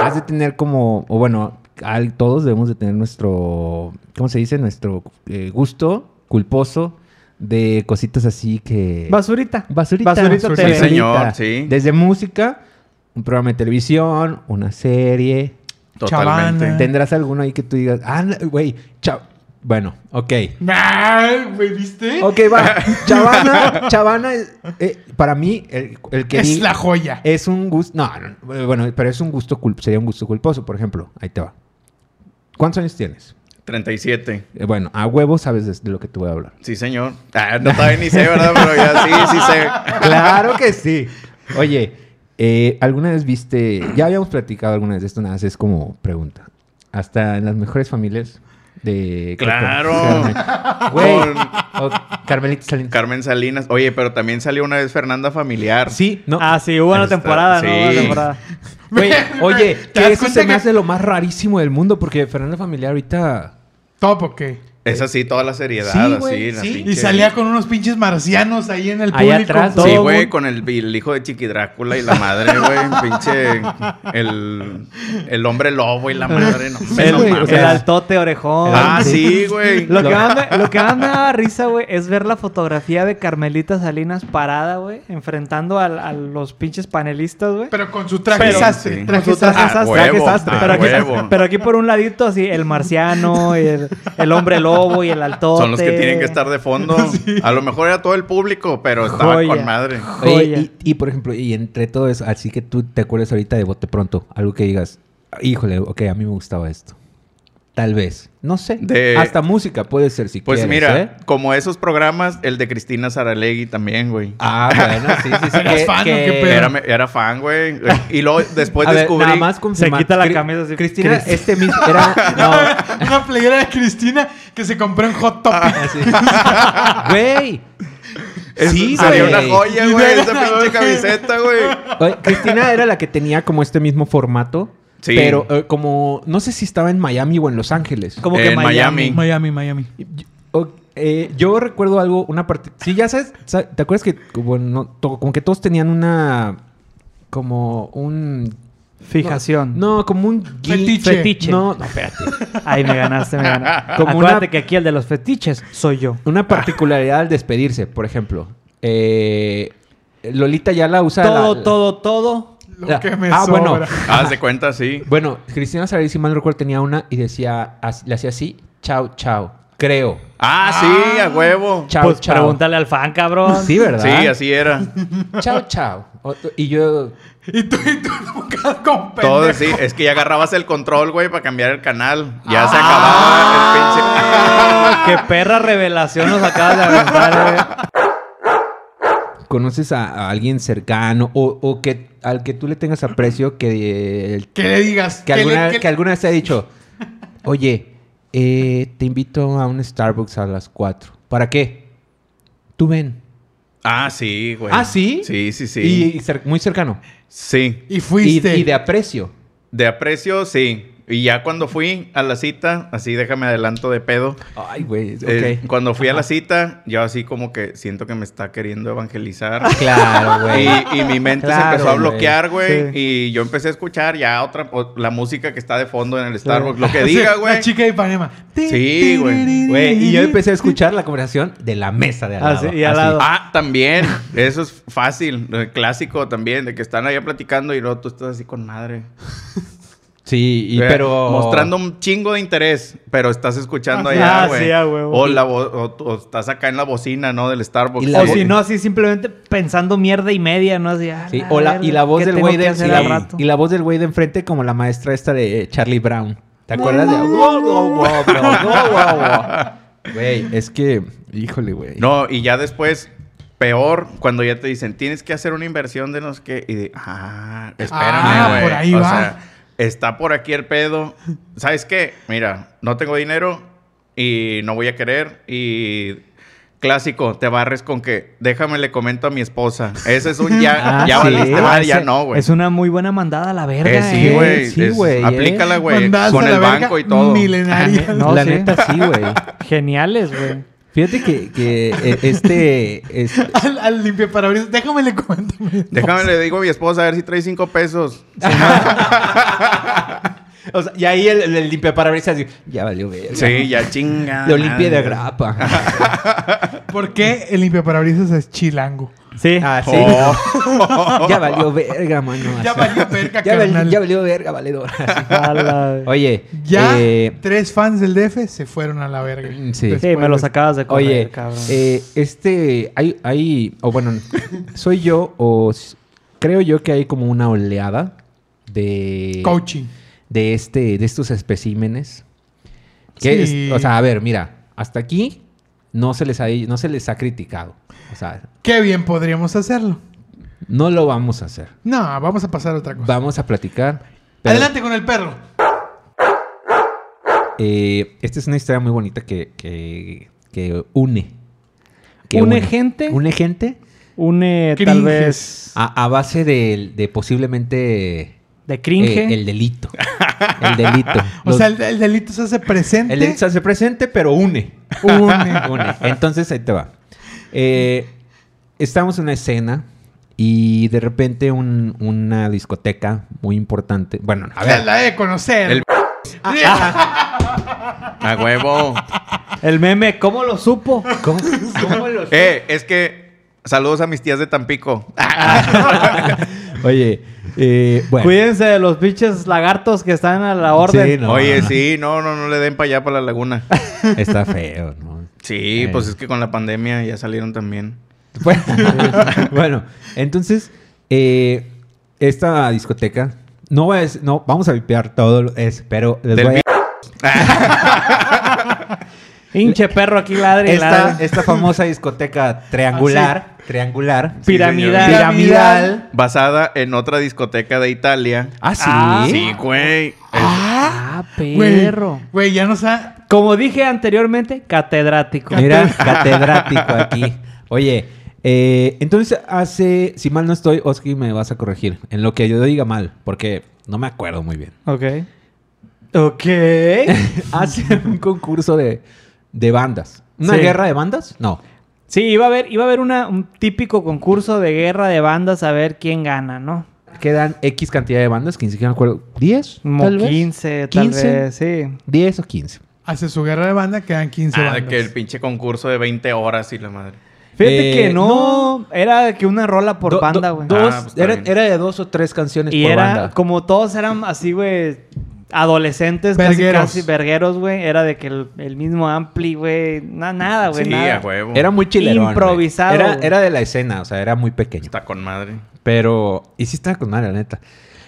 Has de tener como, o bueno, al- todos debemos de tener nuestro, ¿cómo se dice? Nuestro eh, gusto culposo de cositas así que...
Basurita.
Basurita.
Basurita
Sí,
TV.
Sí, señor, sí.
Desde música, un programa de televisión, una serie.
Totalmente.
Chavana.
¿Tendrás alguno ahí que tú digas, ah, no, güey, chao? Bueno, ok.
Ay, güey, ¿viste?
Ok,
*laughs*
va. Chavana, Chavana, es- eh, para mí, el, el que...
es
di- Eh,
la joya.
Es un gusto. No, no, no, bueno, pero es un gusto cul- sería un gusto culposo, por ejemplo. Ahí te va. ¿Cuántos años tienes?
37.
Eh, bueno, a huevo sabes de, de lo que te voy a hablar.
Sí, señor. Ah, no todavía ni sé, ¿verdad? Pero ya sí, sí sé.
*laughs* claro que sí. Oye, eh, ¿alguna vez viste? Ya habíamos platicado alguna vez de esto, nada más es como pregunta. Hasta en las mejores familias de.
Claro.
Güey.
Con
O Carmelita Salinas.
Carmen Salinas. Oye, pero también salió una vez Fernanda Familiar.
sí, no.
Ah, sí, hubo una
Está-
temporada, ¿no? Hubo una
sí.
temporada.
Güey, oye,
*laughs* ¿Te das
que eso se
cuenta
me
que-
hace lo más rarísimo del mundo porque Fernanda Familiar ahorita.
Top, ok.
Es así, toda la seriedad.
Sí,
Sí,
güey,
así, la
sí.
Y
pinche-
salía con unos pinches marcianos ahí en el
Ahí
público.
atrás,
Sí,
Todo
güey,
mundo-
con el, el hijo de Chiqui Drácula y la madre, güey. Pinche. El, el hombre lobo y la madre, no. sé,
El,
no
güey,
mames.
o sea,
el altote orejón.
Ah, sí, güey.
Lo que, más me, lo que más
*laughs*
me daba risa, güey, es ver la fotografía de Carmelita Salinas parada, güey, enfrentando al- a los pinches panelistas, güey.
Pero con su traje
Pero-
sastre.
Sí.
Traje
Con su traje
sastre.
Ah,
sastre,
huevo,
traje sastre.
ah,
pero, aquí,
huevo.
pero aquí por un ladito, así, el marciano, el, el hombre lobo y el altote.
Son los que tienen que estar de fondo. A lo mejor era todo el público, pero estaba
Joya.
con madre.
Oye,
Joya.
y, y, por ejemplo, y entre todo eso, así que tú te acuerdas ahorita de bote pronto, algo que digas, híjole, ok, a mí me gustaba esto. Tal vez, no sé.
De-
Hasta música puede ser si
Pues
quieres.
mira,
¿eh?
como esos programas, el de Cristina Saralegui también, güey.
Ah, bueno, sí, sí, sí.
¿Eras fan o qué pedo?
Era, era fan, güey. Y luego después
*laughs* A ver,
descubrí.
nada más confirmar.
Se quita la
Cri-
camisa así,
Cristina,
Cris.
este mismo era. No,
Una playera de Cristina que se compró en Hot Topic.
así. Güey.
Es-
Sí,
*laughs* salió
güey.
una joya,
Y
güey.
ve
Esa
la-
pinche camiseta, güey.
Oye, Cristina era la que tenía como este mismo formato.
Sí.
Pero eh, como, no sé si estaba en Miami o en Los Ángeles.
Como que
En
Miami.
Miami,
Miami.
Miami.
O- eh, yo recuerdo algo, una parte. Sí, ya sabes, sa- ¿te acuerdas que como, no- to- como que todos tenían una. Como un.
Fijación.
No, como un. gui-
Fetiche.
fetiche. No, no, espérate.
Ahí me ganaste, me
*laughs*
ganaste.
Como una-
Acuérdate que aquí el de los fetiches soy yo.
Una particularidad al despedirse, por ejemplo. Eh, Lolita ya la usa.
todo,
la- la-
todo, todo.
Lo
la-
que me
ah,
sobra.
bueno.
Haz de cuenta, sí.
Bueno, Cristina Sarari, si mal no recuerdo, tenía una y decía, as- le hacía así, chao, chao. Creo.
Ah, sí, a huevo.
Chao,
pues
chao.
pregúntale al fan, cabrón.
*laughs* Sí, ¿verdad?
Sí, así era.
Chao, chao. O- y yo,
Y tú, y tú, *laughs* enfocado como pendejo.
Todo sí. Es que ya agarrabas el control, güey, para cambiar el canal. Ya se acababa el
Ah, Qué perra revelación nos acabas de aventar, eh.
conoces a, a alguien cercano o, o que al que tú le tengas aprecio que, eh,
Que le digas.
que,
le-
alguna,
que-
que alguna vez te ha dicho, oye, eh, te invito a un Starbucks a las 4. ¿Para qué? Tú ven.
pinche. Ah, sí, güey.
¿Ah, sí?
Sí, sí, sí.
Y, y cer- muy cercano.
Sí.
Y
Y,
fuiste.
y de aprecio.
De aprecio, sí. Y ya cuando fui a la cita, así déjame adelanto de pedo.
Ay, güey. Ok.
Eh, cuando fui a la cita, yo así como que siento que me está queriendo evangelizar.
Ah, Claro, *laughs* güey.
Y, y mi mente se
Claro,
empezó a
güey.
bloquear, güey.
Sí.
Y yo empecé a escuchar ya otra o- la música que está de fondo en el
*laughs*
Starbucks. Lo que
O sea,
diga, güey.
La chica de Ipanema.
Sí, güey.
Güey, y yo empecé a escuchar la conversación de la mesa de al
Ah,
lado.
sí, y al lado.
Ah, también. Eso es fácil. El clásico también, de que están allá platicando y luego tú estás así con madre.
Sí, y
O sea,
pero...
Mostrando un chingo de interés, pero estás escuchando
Ah,
allá,
sí,
güey.
ah, huevo.
o, la bo- o, o estás acá en la bocina, ¿no? Del Starbucks.
Y la
O
voz-
si no, así simplemente pensando mierda y media, ¿no? Así, ah,
Sí, o la- y la voz
¿qué
del
tengo
güey
que
de,
hacer
y
al
la,
rato?
y la voz del güey de enfrente como la maestra esta de eh, Charlie Brown. ¿Te acuerdas de? Wow, wow, wow, wow, wow, wow. Güey, es que, híjole, güey.
No, y ya después, peor, cuando ya te dicen, tienes que hacer una inversión de los que. Y de,
Ah,
ah, espérame, güey.
por ahí
o
va.
sea, está por aquí el pedo. ¿Sabes qué? Mira, no tengo dinero y no voy a querer y. clásico, te barres con que déjame le comento a mi esposa. Ese es un
*laughs*
ya,
Ah,
ya
sí,
valiste,
ah,
madre, ya
ese-
no, güey.
Es una muy buena mandada a la verga.
Eh, sí,
eh.
güey.
sí,
es-
güey, eh.
Aplícala, Ah, güey.
Mandadas
Con
a la
el
verga
banco y todo.
Milenarias.
Ah, No,
la
sí.
neta sí, güey.
Geniales,
*laughs*
güey.
Fíjate que, que, eh, este, es-
*laughs* Al, al limpiaparabrisas. Déjame le comento.
Déjame le digo a mi esposa a ver si trae cinco pesos.
o sea, y ahí el, el limpiaparabrisas dice, ya valió ver.
Sí, ya chinga.
Lo limpié de
madre.
grapa. *laughs*
¿Por qué el limpiaparabrisas es chilango?
Sí.
Ah, sí. ya valió verga, mano.
Ya valió verga,
ya,
carnal.
valió, ya valió verga, valedor. Así.
*laughs* A la-
Oye,
Ya
eh,
tres fans del DF se fueron a la verga.
Mm, sí.
Sí, me los
sacaron.
acabas de correr,
Oye,
cabrón.
eh, este, hay, hay, o
*laughs*
bueno, soy yo o s- creo yo que hay como una oleada de,
Coaching.
de este, de estos especímenes. Que
Sí.
es- o sea, a ver, mira, hasta aquí no se les ha, no se les ha criticado, o sea,
Qué bien podríamos hacerlo.
no lo vamos a hacer.
No, vamos a pasar a otra cosa.
Vamos a platicar. pero,
Adelante con el perro.
eh, esta es una historia muy bonita que, que, que une. Que
Une gente.
Une gente
Une tal
Cringes.
vez
a, a base de, de posiblemente
de cringe.
Eh, el delito. El delito.
*laughs* O
Los-
sea, el, el delito se hace presente.
el delito se hace presente, pero une.
*laughs*
une.
Une. Entonces, ahí te va. Eh, estamos en una escena y de repente un- una discoteca muy importante. Bueno, a
La-
ver.
La he de conocer. Ah,
El- A huevo.
El meme, ¿cómo lo supo?
¿Cómo? cómo lo-
*laughs* Eh, es que. Saludos a mis tías de Tampico.
Oye, eh, bueno.
Cuídense de los pinches lagartos que están a la orden.
Sí, no,
Oye,
no,
sí, no, no, no le den para allá, para la laguna.
Está feo, ¿no?
Sí,
Eh.
pues es que con la pandemia ya salieron también.
Bueno, *laughs* bueno, entonces, eh, esta discoteca, no, va a des- no vamos a vipear todo, lo- es, pero les
Del
voy a-
Hinche perro aquí ladre y
esta, Ah,
ladre.
esta famosa *laughs* discoteca triangular, triangular,
Sí,
Piramidal.
señor.
piramidal.
Basada en otra discoteca de Italia.
Ah, sí.
Ah,
Sí, güey.
Ah,
Güey,
perro.
Güey, ya nos ha.
Como dije anteriormente, catedrático.
Mira, *laughs* catedrático aquí. Oye, eh, entonces hace, si mal no estoy, Oski, me vas a corregir en lo que yo diga mal, porque no me acuerdo muy *laughs* bien.
Ok. Ok. *laughs*
hace un concurso de, de bandas. ¿Una
Sí.
guerra de bandas? No.
Sí, iba a haber, iba a haber una, un típico concurso de guerra de bandas a ver quién gana, ¿no?
Quedan X cantidad de bandas, que ni siquiera me acuerdo. ¿10?
Como
tal vez?
15, tal
15.
vez, sí.
10 o 15.
Hace su guerra de banda, quedan 15
Ah, de
bandas.
que el pinche concurso de 20 horas y la madre.
Fíjate
Eh,
que no, era que una rola por
Do- do-
banda, güey.
dos-
Ah, pues, está
era,
bien.
era de dos o tres canciones
Y
por
era,
banda.
como todos eran así, güey, adolescentes,
Vergueros.
casi, casi vergueros, güey. Era de que el, el mismo ampli, güey, na- nada, güey,
Sí,
nada.
a huevo.
Era muy chilerón. güey.
Improvisado,
Era,
güey.
era de la escena, o sea, era muy pequeño.
Está con madre.
Pero... Y sí estaba con madre, la neta.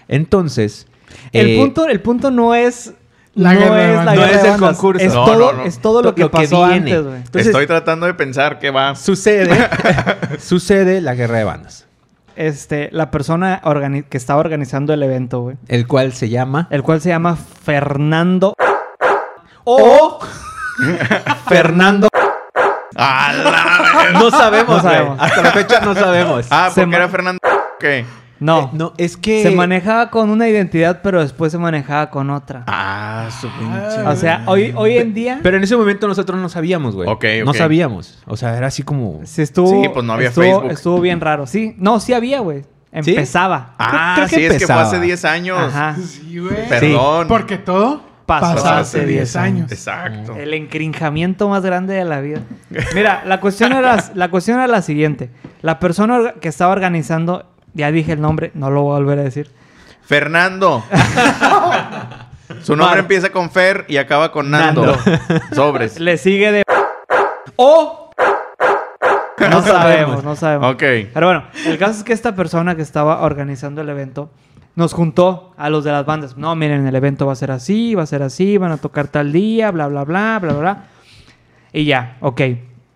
Entonces...
El,
eh,
punto, el punto no es...
La
no
guerra de
es la
bandas.
guerra
No es
de
el
bandas,
concurso.
Es,
No,
todo,
no, no.
es todo lo que
Lo que
pasó
viene.
antes, güey.
Entonces-
Estoy tratando de pensar qué
*laughs*
va.
Sucede... sucede la guerra de bandas.
Este, la persona organi- que estaba organizando el evento, güey.
El cual se llama...
El cual se llama Fernando.
O... Fernando...
¡A la verga!
No sabemos,
*laughs*
güey.
No sabemos.
Hasta la fecha no sabemos.
Ah,
Se
porque
ma-
era Fernando. ¿Qué?
No.
Eh, No, es que...
Se manejaba con una identidad, pero después se manejaba con otra.
Ah, su pinche.
o sea, hoy, hoy en día
Pero en ese momento nosotros no sabíamos, güey.
Ok,
No
ok.
sabíamos. O sea, era así como...
sí estuvo.
Sí, pues no había
estuvo,
Facebook.
Estuvo bien raro. Sí, no, sí había, güey. Empezaba.
Ah,
creo que
sí, es que fue
empezaba.
hace 10 años.
Ajá.
Ah, Sí, güey.
Perdón.
Porque todo
Pasó
pasó,
hace
hace 10 años.
Exacto.
Mm. El encrinjamiento más grande de la vida. Mira, la cuestión era la, cuestión era la siguiente. La persona orga- que estaba organizando, ya dije el nombre, no lo voy a volver a decir.
Fernando. Su nombre
Mar-
empieza con Fer y acaba con Nando. *laughs* Sobres.
Le sigue de. ¡O! *laughs* No sabemos, no sabemos.
Ok.
Pero bueno, el caso es que esta persona que estaba organizando el evento nos juntó a los de las bandas. No, miren, el evento va a ser así, va a ser así, van a tocar tal día, bla, bla, bla, bla, bla. bla. Y ya, ok.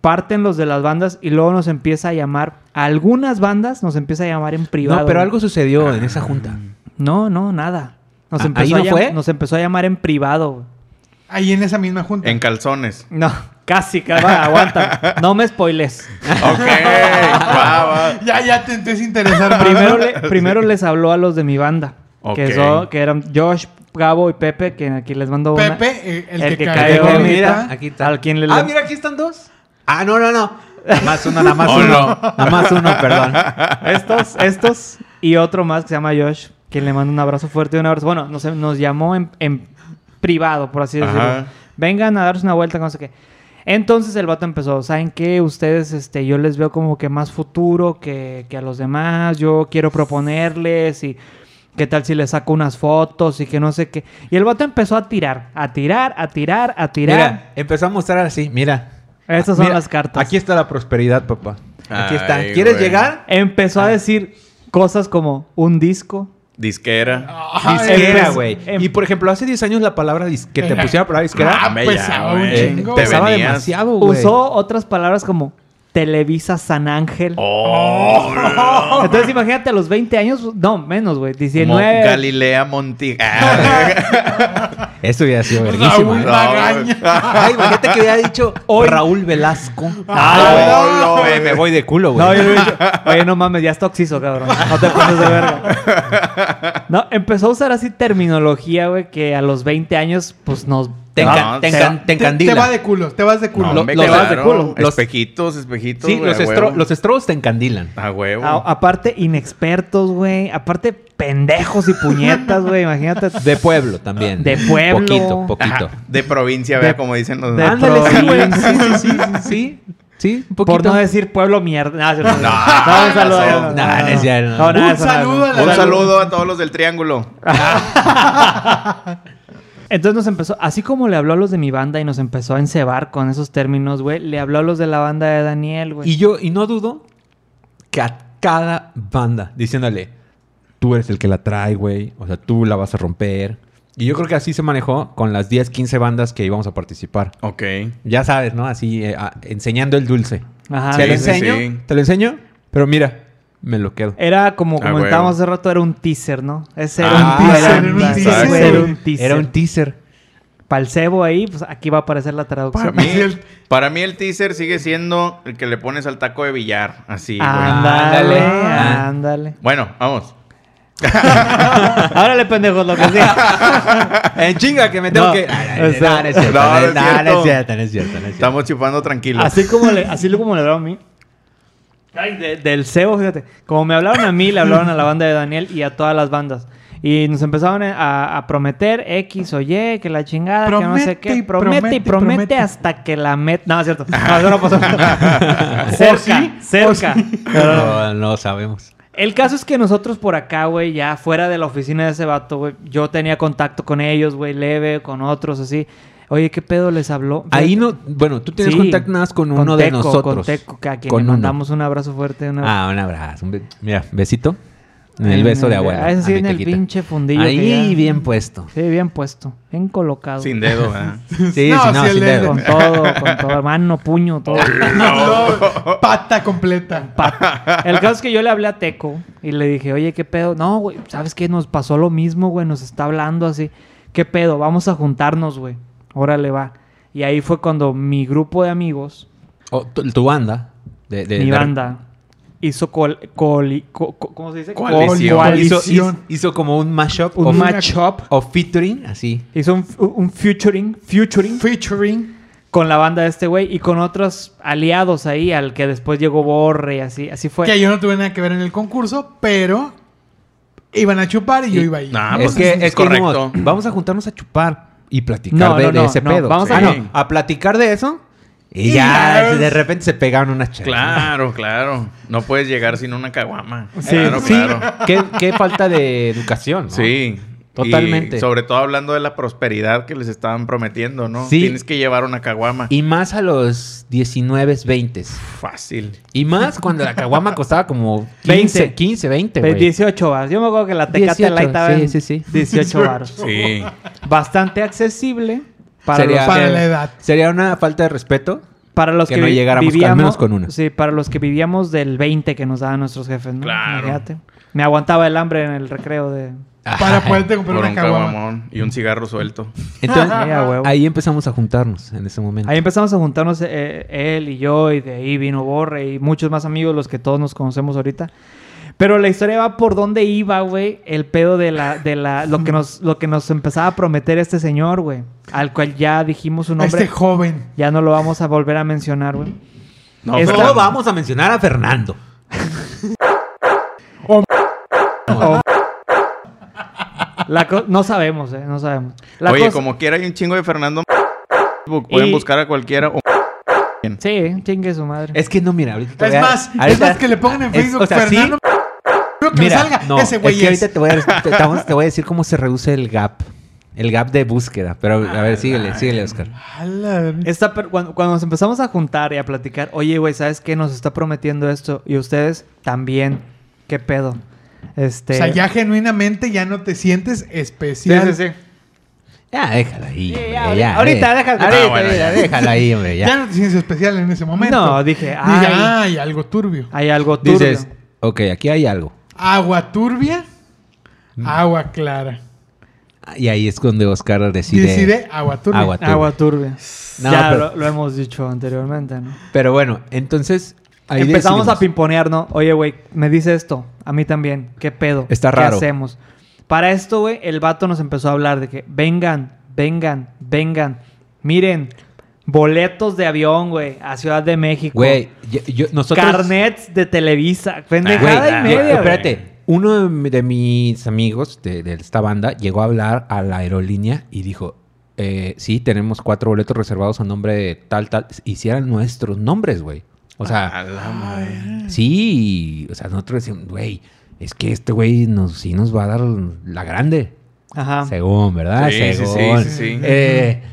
Parten los de las bandas y luego nos empieza a llamar. a algunas bandas nos empieza a llamar en privado.
No, pero algo sucedió en esa junta.
No, no, nada. Nos,
Ah,
empezó,
¿ahí
a
no
llam-
fue?
nos empezó a llamar en privado. güey.
Ahí en esa misma junta.
*laughs*
En calzones.
No. Casi, cabrón, aguanta. No me spoiles.
Ok, va, va.
Ya, ya te empieza a interesar. más,
primero,
¿no?
le- primero les habló a los de mi banda.
Ok.
Que, son- que eran Josh, Gabo y Pepe, que aquí les mando *laughs* una-
Pepe, eh, el,
el
que,
que
cae
cayó,
ahorita.
mira, aquí está.
Al quien le-
Ah, mira, aquí están dos. Ah, no, no, no. Nada más uno, nada más
Oh,
uno.
no.
Nada más uno, perdón. *laughs*
Estos, estos y otro más que se llama Josh, que le mando un abrazo fuerte y un abrazo. Bueno, nos, nos llamó en, en privado, por así decirlo.
Ajá.
Vengan a darse una vuelta, no sé qué. Entonces el vato empezó, ¿saben qué? Ustedes, este, yo les veo como que más futuro que, que a los demás, yo quiero proponerles y qué tal si les saco unas fotos y que no sé qué. Y el vato empezó a tirar, a tirar, a tirar, a tirar.
Mira, empezó a mostrar así, mira.
Estas son
Mira,
las cartas.
Aquí está la prosperidad, papá. Aquí está.
Ay,
¿Quieres
güey.
llegar?
Empezó a
Ah.
decir cosas como un disco,
Disquera.
Ay,
Disquera,
empe-
güey.
em-
Y por ejemplo, hace 10 años la palabra dis- que te
Era-
pusieron la palabra disquera
Ah, pesaba un
eh,
chingo.
Te
pesaba
venías.
demasiado, güey.
Usó otras palabras como Televisa San Ángel.
*laughs*
Oh,
Entonces imagínate a los 20 años, no, menos, güey,
Mo-
19.
Galilea Monti. Ah,
Eso hubiera sido verguísimo.
Raúl
eh.
no,
Magaña.
Ay, imagínate que hubiera dicho Raúl Velasco.
Ah,
No,
no,
güey,
güey.
me voy de culo, güey.
No, yo le hubiera dicho, oye, no mames, ya está oxiso, cabrón. No te pases de verga. No, empezó a usar así terminología, güey, que a los 20 años, pues nos.
Te, encan-
No,
te
se-
encan- te
Te,
encandila.
te va de culo, te vas de culo.
No,
Lo-
hombre,
los-
claro.
de culo. Los-
Espejitos, espejitos.
Sí,
güey,
los,
a
estro-
huevo.
los estrobos te encandilan.
A huevo.
a- aparte, inexpertos, güey. Aparte, pendejos y puñetas, güey. Imagínate.
De pueblo también.
De pueblo.
Poquito, poquito.
Ajá, de provincia,
De-
vea como dicen los.
de-
Ah,
Ándale, sí, güey. Sí,
provincia.
sí, sí, sí, sí. Sí, un poquito.
Por no decir pueblo mierda. No, no, no, no,
no,
Ah, saludo,
no,
no,
no, no es cierto.
No, no,
Un
eso no,
saludo
no.
a la-
Un saludo a todos los del Triángulo.
Entonces nos empezó, así como le habló a los de mi banda y nos empezó a encebar con esos términos, güey, le habló a los de la banda de Daniel, güey.
Y yo, y no dudo que a cada banda diciéndole, tú eres el que la trae, güey. O sea, tú la vas a romper. Y yo creo que así se manejó con las 10, 15 bandas que íbamos a participar.
Ok.
Ya sabes, ¿no? Así, eh, a- enseñando el dulce.
Ajá,
te lo
güey.
sí,
enseño,
sí.
te lo enseño, pero mira, me lo quedo.
Era como
Ah, güey.
comentábamos hace rato, era un teaser, ¿no? Ese era
Ah,
un teaser.
era un
teaser,
güey, Era un
exacto.
teaser.
Era un teaser.
Pa'l cebo ahí, pues aquí va a aparecer la
Para
traducción.
mí,
el-
para mí el teaser sigue siendo el que le pones al taco de billar. Así, güey.
ándale,
Ah.
ándale. *laughs*
Bueno, vamos.
Árale, pendejos, lo que
*laughs*
sea.
En Eh, chinga, que me tengo
No,
que.
o sea-
No, no es cierto,
No,
no,
no
es- no,
es
no
cierto.
es cierto, no es cierto, no es cierto.
Estamos chupando tranquilos.
Así como le, así como le hablaron a mí. Ay, de- del cebo, fíjate. Como me hablaron a mí, le hablaron a la banda de Daniel y a todas las bandas. Y nos empezaron a, a prometer X o Y, que la chingada, que no sé
Promete y
qué. Promete y promete,
promete.
hasta que la met... No, es cierto. No, eso no pasó. *laughs* cerca,
*laughs* ¿O sí? ¿O
cerca.
sí?
Pero no.
No, no sabemos.
El caso es que nosotros por acá, güey, ya fuera de la oficina de ese vato, güey, yo tenía contacto con ellos, güey, leve, con otros, así. Oye, ¿qué pedo les habló?
Ahí
Fíjate-
no, bueno, tú tienes
Sí,
contacto nada más con uno de
Teco,
nosotros.
Con Teco, que a quien
Con
le
uno.
mandamos un abrazo fuerte. una-
Ah, un abrazo. un be- Mira, besito. En el beso de abuelo.
Ah, ese sí,
a mi
en el
Tequita.
pinche fundillo. que
Ahí
ya-
bien
*laughs*
puesto.
Sí, bien puesto, bien colocado.
Sin dedo, ¿verdad?
Sí, sí,
No,
no,
sí, el
sin
dedo.
dedo.
Con todo, con todo, mano, puño, todo.
*laughs* No, pata completa.
Pa- El caso es que yo le hablé a Teco y le dije, oye, ¿qué pedo? No, güey, ¿sabes qué? Nos pasó lo mismo, güey, nos está hablando así. ¿Qué pedo? Vamos a juntarnos, güey. Órale, va. Y ahí fue cuando mi grupo de amigos,
O tu, tu banda. De, de-
mi
de-
banda, hizo col... coli- co- co- ¿Cómo se dice?
Coalición.
Coalición.
Hizo, hizo,
Coalición.
hizo como un mashup.
Un
o-
matchup.
O featuring, así.
Hizo un, un featuring, featuring
Featuring.
con la banda de este güey y con otros aliados ahí, al que después llegó Borre y así, así
Pues
fue.
Que yo no tuve nada que ver en el concurso, pero iban a chupar y yo iba ahí.
Nah,
es
pues
que,
es-
es que dijimos,
correcto.
vamos a juntarnos a chupar y platicar
No,
de,
no,
de
no,
ese
no,
pedo.
vamos a-
Ah, no, a platicar de eso. Y ya,
Y-
de repente se pegaron unas chelas.
Claro, claro. No puedes llegar sin una caguama.
Sí,
claro,
sí.
claro.
Qué, qué falta de educación. ¿no?
Sí.
Totalmente.
Y sobre todo hablando de la prosperidad que les estaban prometiendo, ¿no?
Sí.
Tienes que llevar una caguama.
Y más a los 19, 20.
Fácil.
Y más cuando la caguama costaba como 15,
20.
15 20,
Pues,
Este güey.
18 baros. Yo me acuerdo que la Tecate
18,
Light estaba en
sí, sí, sí.
18 baros.
*laughs* Sí.
Bastante accesible para
Sería-
los,
para
que-
la edad.
Sería una falta de respeto.
para los
que
que,
no
vi-
llegáramos con- al
vivíamos,
menos con una.
Sí, para los que vivíamos del 20 que nos daban nuestros jefes, ¿no?
Claro.
Imagínate. Me aguantaba el hambre en el recreo de
para poderte comprar
Por
una
un
caguama.
caguamón y un cigarro suelto.
Entonces,
Sí, a huevo.
ahí empezamos a juntarnos en ese momento.
Ahí empezamos a juntarnos eh, él y yo, y de ahí vino Borre y muchos más amigos, los que todos nos conocemos ahorita. Pero la historia va por dónde iba, güey, el pedo de la, de la, lo que nos, lo que nos empezaba a prometer este señor, güey, al cual ya dijimos su
A
nombre,
este joven.
ya no lo vamos a volver a mencionar, güey.
No,
Esto-
Fernando.
No,
vamos a mencionar a Fernando.
La co- no sabemos, eh, no sabemos. La
Oye,
cosa-
como quiera hay un chingo de Fernando. Facebook. Pueden
Y-
buscar a cualquiera. o-
Sí, chingue su madre.
Es que no, mira, ahorita te
Es
voy a-
más, es
ahorita-
más que le pongan en
es-
Facebook
o sea, sí,
Fernando. Creo que me
mira,
salga
no,
ese güey.
es que
es.
ahorita te voy,
*laughs*
a, te, vamos- te voy a decir cómo se reduce el gap. El gap de búsqueda. Pero a ver, síguele, síguele, Oscar.
A la-
Este
Esta per- cuando, cuando nos empezamos a juntar y a platicar, oye, güey, ¿sabes qué? Nos está prometiendo esto. Y ustedes también. ¿Qué pedo? Este.
O sea, ya genuinamente ya no te sientes
Sí,
especial.
sí, sí.
Ya, déjala ahí. hombre,
ahorita-
ya,
ahorita,
eh.
déjala.
Ahorita,
Ah, bueno,
ya,
ya.
déjala ahí, hombre.
Ya.
Ya.
no te sientes especial en ese momento.
No, dije,
Dije,
ay.
ay, algo turbio.
Hay algo turbio.
Dices, ok, aquí hay algo.
Agua turbia,
Mm.
agua clara.
Y ahí es donde Oscar decide.
Decide agua turbia.
Agua turbia.
Agua turbia.
No,
ya
pero-
lo, lo hemos dicho anteriormente, ¿no?
Pero bueno, entonces. ahí
Empezamos
decidimos.
a pimponear, ¿no? Oye, güey, me dice esto. A mí también. ¿Qué pedo?
Está raro.
¿Qué hacemos? Para esto, güey, el vato nos empezó a hablar de que vengan, vengan, vengan. Miren, boletos de avión, güey, a Ciudad de México.
Güey, yo- yo- nosotros. Ah,
Carnets de Televisa.
Güey,
Pendejada y
yo-
media. güey.
espérate. Uno de mi- de mis amigos de, de esta banda llegó a hablar a la aerolínea y dijo: eh, Sí, tenemos cuatro boletos reservados a nombre de tal, tal. Hicieran nuestros nombres, güey. O sea,
A la madre.
sí. O sea, nosotros decimos: Güey, es que este güey nos, sí nos va a dar la grande.
Ajá.
Según, ¿verdad?
Sí, sí, sí,
Según.
sí, sí.
Eh,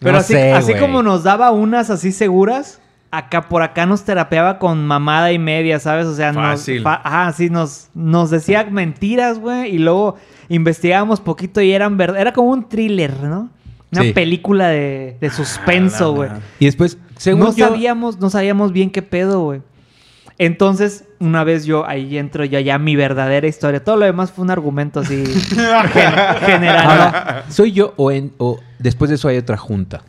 Pero
no
así,
sé,
así
güey.
como nos daba unas así seguras, acá por acá nos terapeaba con mamada y media, ¿sabes? O sea, nos,
Fácil.
fa- ajá, sí, nos, nos decía mentiras, güey, y luego investigábamos poquito y eran verdad. Era como un thriller, ¿no? Una
Sí.
película de, de suspenso, güey.
Y después, según
No
yo...
sabíamos, no sabíamos bien qué pedo, güey. Entonces, una vez yo ahí entro yo ya mi verdadera historia. Todo lo demás fue un argumento así gen- general. ¿no?
Ahora, ¿soy yo o, en- o después de eso hay otra junta?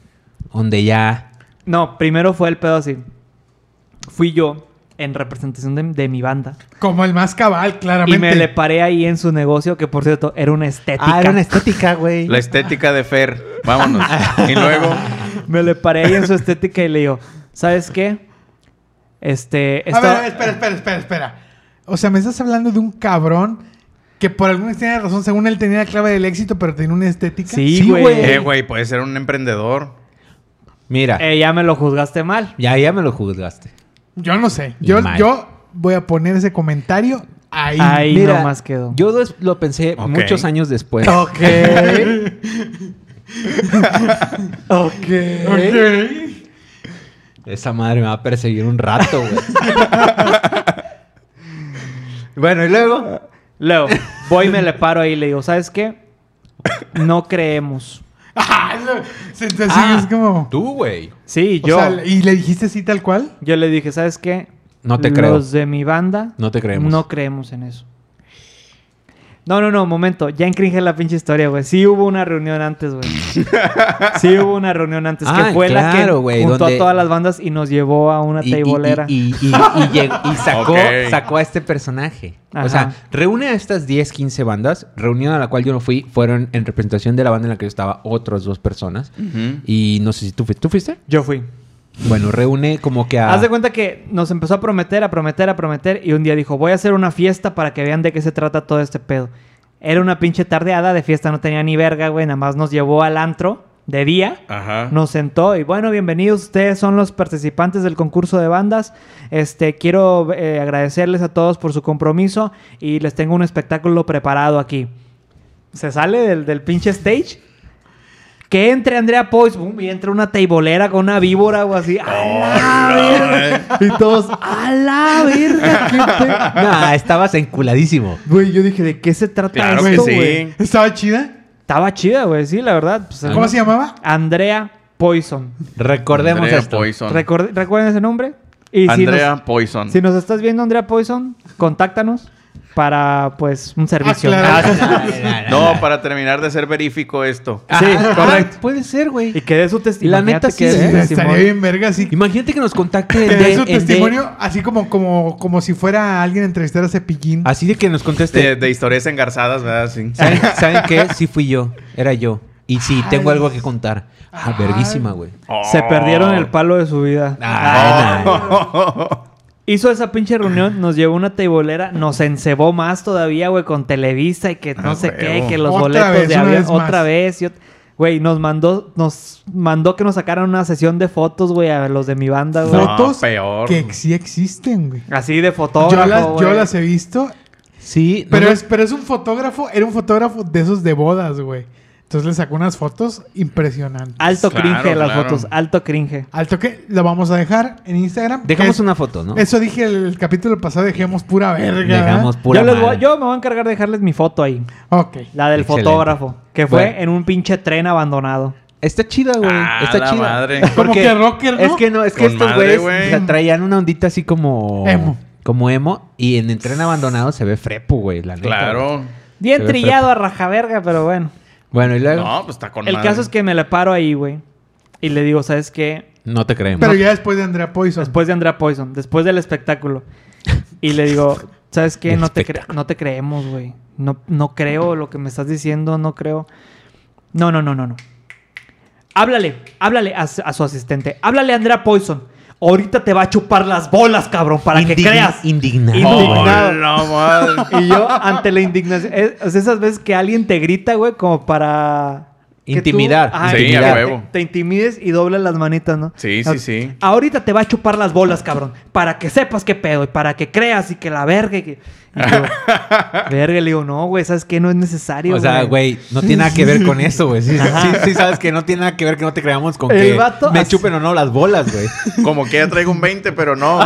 Donde ya... ah,
No, primero fue el pedo así. Fui yo en representación de, de mi banda.
Como el más cabal, claramente.
Y me le paré ahí en su negocio, que por cierto, era una estética.
Ah,
estética, güey.
La estética de Fer. Vámonos. y luego.
me le paré ahí en su estética y le digo, ¿sabes qué? Este...
A
esto-
ver, a ver, espera, espera, espera, espera. O sea, me estás hablando de un cabrón que por alguna extraña razón, según él tenía la clave del éxito, pero tenía una estética.
Sí,
Sí,
güey.
güey.
Eh, güey, puede ser un emprendedor.
Mira,
Eh, ya me lo juzgaste mal.
ya, ya me lo juzgaste.
Yo no sé. Yo,
Mal.
yo voy a poner ese comentario ahí.
Ahí
Mira,
nomás quedó.
Yo des- lo pensé
Ok.
muchos años después.
*laughs*
Ok.
Ok.
ok.
Esa madre me va a perseguir un rato,
*laughs*
güey. bueno, y luego...
Luego, voy y me le paro ahí y le digo, ¿sabes qué? No creemos.
Ah, lo- se te
Ah,
es como...
Tú, güey.
Sí,
O
yo...
sea, ¿Y le dijiste así tal cual?
Yo le dije, ¿sabes qué?
No te creo.
Los de mi banda.
No te creemos.
No creemos en eso. No, no, no, momento. Ya encringe la pinche historia, güey. Sí hubo una reunión
*laughs*
antes, güey. Sí hubo una reunión antes.
Ah,
que fue
claro,
la que
güey,
juntó
donde-
a todas las bandas y nos llevó a una
y, y-
teibolera.
y- y- y- y llegó- y sacó,
Ok.
sacó a este personaje. O
Ajá.
sea, reúne a estas 10, 15 bandas. Reunión a la cual yo no fui. Fueron en representación de la banda en la que yo estaba otras dos personas. Y no sé si tú fuiste. ¿Tú fuiste?
Yo fui.
Bueno, reúne como que a...
Haz de cuenta que nos empezó a prometer, a prometer, a prometer. Y un día dijo, voy a hacer una fiesta para que vean de qué se trata todo este pedo. Era una pinche tardeada de fiesta, no tenía ni verga, güey. Nada más nos llevó al antro de día.
Ajá.
Nos sentó y bueno, bienvenidos. Ustedes son los participantes del concurso de bandas. Este, quiero eh, agradecerles a todos por su compromiso y les tengo un espectáculo preparado aquí. Se sale del, del pinche stage. Que entre Andrea Pois, boom, y entra una teibolera con una víbora o así.
Oh,
¡A la verga! Y todos, ¡a la verga! ¿Qué pe-".
Nah, estabas enculadísimo.
Güey, yo dije, ¿de qué se trata
Claro que
esto,
sí.
güey?
¿Estaba chida?
Estaba chida, güey, sí, la verdad. Pues,
¿Cómo se llamaba?
Andrea Poison.
Recordemos
Andrea
esto.
Poison.
Record- ¿Recuerden ese nombre? Y si
Andrea
nos,
Poison.
si nos estás viendo, Andrea Poison, contáctanos. para pues un servicio.
Aclarar.
Ah, sí.
No, para terminar de ser verífico esto.
Sí, correcto.
Puede ser, güey.
Y que dé su testimonio.
La neta sí,
que dé su
¿eh?
Estaría
testimonio.
bien verga así.
Imagínate que nos contacte
Que
el
dé
de-
su
el de-
testimonio así como, como, como si fuera alguien a entrevistar a Cepillín.
Así de que nos
Este,
conteste.
De, de historias engarzadas, ¿verdad? Sí.
¿Saben, ¿Saben qué? Sí fui yo. Era yo. Y sí,
Ay.
tengo algo que contar. Ah, verguísima, güey.
Se
Oh.
perdieron el palo de su vida.
Ah.
Ah,
Ay, no.
Hizo esa pinche reunión, nos llevó una teibolera, nos encebó más todavía, güey, con Televisa y que no
Ah,
sé qué,
huevo.
que los
Otra
boletos
vez,
de
una
avión
vez más.
otra vez. y ot- Güey, nos mandó, nos mandó que nos sacaran una sesión de fotos, güey, a los de mi banda, güey.
No.
Fotos
peor.
que sí existen, güey.
Así de fotógrafo,
Yo las, yo
güey.
las he visto,
Sí, no
pero
me-
es, pero es un fotógrafo, era un fotógrafo de esos de bodas, güey. Entonces le sacó unas fotos impresionantes.
Ah.
Alto
Claro,
cringe las
claro.
fotos, alto cringe.
Al toque lo vamos a dejar en Instagram.
Dejamos
Es-
una foto, ¿no?
Eso dije el capítulo pasado, dejemos pura verga. ¿eh? ¿verdad?
Dejamos pura
Yo, les voy-
madre.
yo me voy a encargar de dejarles mi foto ahí,
Ok.
la del
Excelente.
fotógrafo, que fue
Bueno.
en un pinche tren abandonado.
Está chida, güey.
Ah,
Está
la
chida. *laughs*
madre.
Como que rocker, ¿no?
Es que no, es que
Con
estos
madre,
güeyes
güey.
tra- traían una ondita así como...
Emo.
Como emo. Y en el tren abandonado se ve frepo, güey, la neta. güey.
*laughs* Claro.
Se
Bien
ve
trillado a rajaverga, pero bueno.
Bueno, y luego... No,
No, pues está con
El
madre.
caso es que me le paro ahí, güey. Y le digo, ¿sabes qué?
te creemos.
Pero ya después de Andrea Poison.
Después de Andrea Poison, después del espectáculo. Y le digo, ¿sabes qué?
El
No te, cre- no te creemos, güey. No, no creo lo que me estás diciendo, no creo. No, no, no, no, no. Háblale, háblale a, su- a su asistente. Háblale a Andrea Poison. Ahorita te va a chupar las bolas, cabrón, para que
Indign-
creas.
Indignado.
Indign-
Oh,
indignado.
la madre.
*laughs* Y yo, ante la indignación, es, o sea, esas veces que alguien te grita, güey, como para... que tú-
Intimidar,
Sí,
intimidar.
a huevo.
Te, te intimides y doblas las manitas, ¿no?
Sí, sí, sí.
Ahorita te va a chupar las bolas, cabrón. Para que sepas qué pedo y para que creas y que la verga. Y que... y
*laughs*
yo, verga, le digo, no, güey, ¿sabes qué? No es necesario.
O sea, güey, no tiene nada que ver con eso, güey. Sí,
Ajá.
sí, sí sabes que no tiene nada que ver que no te creamos con
El
que
vato
me
así-
chupen o no las bolas, güey.
Como que ya traigo un 20,
*laughs*
pero no.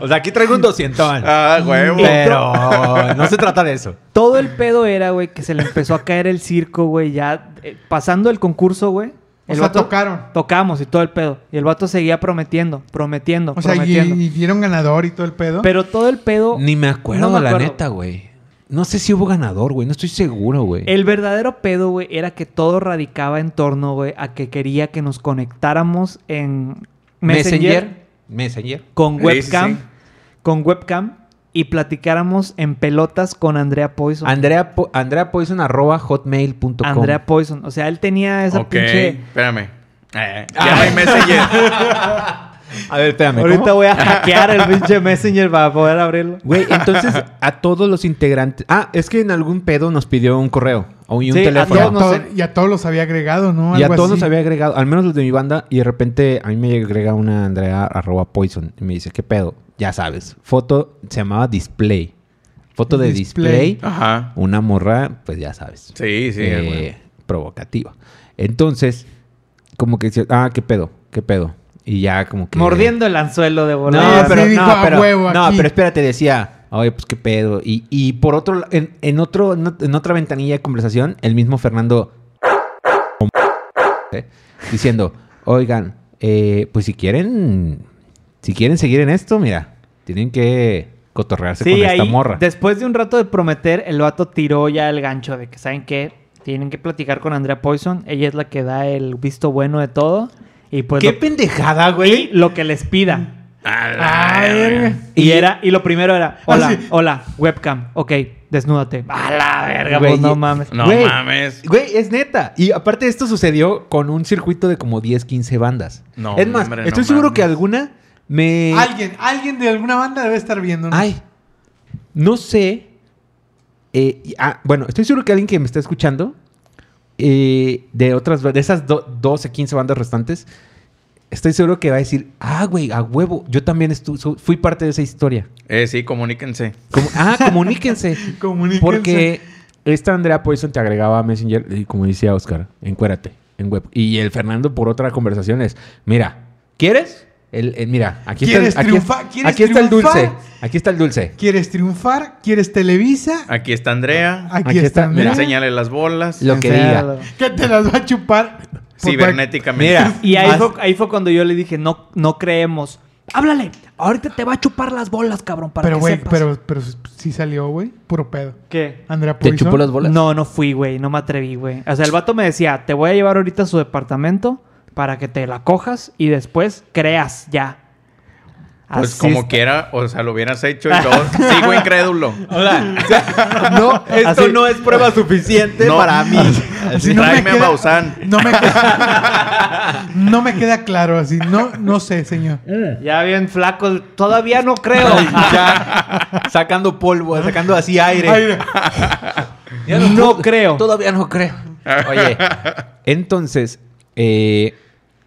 O sea, aquí traigo un 200.
Ah, huevo.
Pero no se trata de eso.
Todo el pedo era, güey, que se le empezó a caer el circo, güey, ya eh, pasando el concurso, güey.
O
el
sea, tocaron.
Tocamos y todo el pedo. Y el vato seguía prometiendo, prometiendo,
O sea, y,
prometiendo.
y dieron ganador y todo el pedo.
Pero todo el pedo.
Ni me acuerdo,
No me
la
acuerdo.
neta, güey. No sé si hubo ganador, güey. No estoy seguro, güey.
El verdadero pedo, güey, era que todo radicaba en torno, güey, a que quería que nos conectáramos en Messenger,
Messenger.
con
Sí,
webcam,
sí, sí.
con webcam y platicáramos en pelotas con Andrea Poison.
Andrea, Po- Andrea Poison arroba hotmail.com.
Andrea Poison, o sea, él tenía esa
ok,
pinche Ah.
espérame. Eh, ya no
*laughs*
hay messenger.
A ver, espérame. ¿cómo?
Ahorita voy a hackear el pinche Messenger para poder abrirlo. *laughs*
Güey, entonces a todos los integrantes. Ah, es que en algún pedo nos pidió un correo o y un
Sí, a
y, a
teléfono.
todos nos-
todo-
sé.
y a todos los había agregado, ¿no?
y a
Algo
todos nos
así.
había agregado, al menos los de mi banda, y de repente a mí me agrega una Andrea arroba Poison y me dice, ¿qué pedo? Ya sabes, foto se llamaba display. Foto de
Display.
display.
Ajá.
Una morra, pues ya sabes.
Sí, sí,
eh,
güey.
provocativa. Entonces, como que dice, ah, ¿qué pedo? ¿Qué pedo? Y ya como que...
Mordiendo el anzuelo de
No,
volada.
Sí,
pero,
dijo,
no,
"A
pero,
huevo
no,
aquí".
pero espérate, decía, oye, pues qué pedo. Y, y por otro, la- en, en otro, en, ot- en otra ventanilla de conversación, el mismo Fernando ¿eh? diciendo, oigan, eh, pues si quieren, si quieren seguir en esto, mira, tienen que cotorrearse
Sí,
con esta
ahí,
morra.
después de un rato de prometer, el vato tiró ya el gancho de que, ¿saben qué? Tienen que platicar con Andrea Poison. Ella es la que da el visto bueno de todo. Y pues
qué
lo,
pendejada,
y
güey.
lo que les pida.
Ah, verga.
Y, era, y lo primero era,
Ah,
hola,
sí.
hola, webcam, ok, desnúdate. A la verga,
Güey,
pues, no
y-
mames.
No
Güey.
mames.
Güey, es neta. Y *laughs* aparte esto sucedió con un circuito de como 10, 15 bandas.
No,
es más,
hombre, no
estoy seguro
mames.
que alguna me...
Alguien, alguien de alguna banda debe estar viendo. ¿no?
Ay, no sé. eh, y- ah, bueno, estoy seguro que alguien que me está escuchando eh, de otras, de esas do- 12, 15 bandas restantes, estoy seguro que va a decir, ah, güey, a huevo, yo también estu- so- fui parte de esa historia.
Eh, sí, comuníquense.
Como-
*laughs*
ah, comuníquense.
Comuníquense.
Porque esta Andrea Poison te agregaba a Messenger y como decía Oscar, encuérate en web. Y el Fernando por otra conversación es, mira, ¿quieres? El, el- mira, aquí está, el-
¿Quieres
aquí-
triunfar? ¿Quieres
aquí está el
triunfar?
dulce. Aquí está el dulce.
¿Quieres triunfar? ¿Quieres Televisa?
Aquí está Andrea.
Aquí,
aquí está,
está.
mira.
Andrea,
Enséñale las bolas.
Lo que diga.
Que te las va a chupar.
cibernéticamente. *laughs*
Mira.
Y ahí
Haz-
fue, ahí fue cuando yo le dije, no, no creemos. háblale. Ahorita te va a chupar las bolas, cabrón, para
pero,
que
güey,
sepas".
pero, pero sí salió, güey. Puro pedo.
¿Qué?
Andrea
¿Te
Puizo.
chupó las bolas?
No, no fui, güey. No me atreví, güey. O sea, el vato me decía, te voy a llevar ahorita a su departamento para que te la cojas y después creas ya.
Pues
Así
como
es-
quiera, o sea, lo hubieras hecho y luego sigo incrédulo.
No, esto
Así-
no es prueba
Este
suficiente
No.
para
*laughs*
mí.
Así no me
Tráeme a
queda-
Maussan.
No me, queda- no me queda claro así. No, no sé, señor.
Ya bien flaco. Todavía no creo.
ya sacando polvo, sacando así aire.
Aire.
Ya
No
puedo-
creo.
Todavía no creo. Oye, entonces, eh,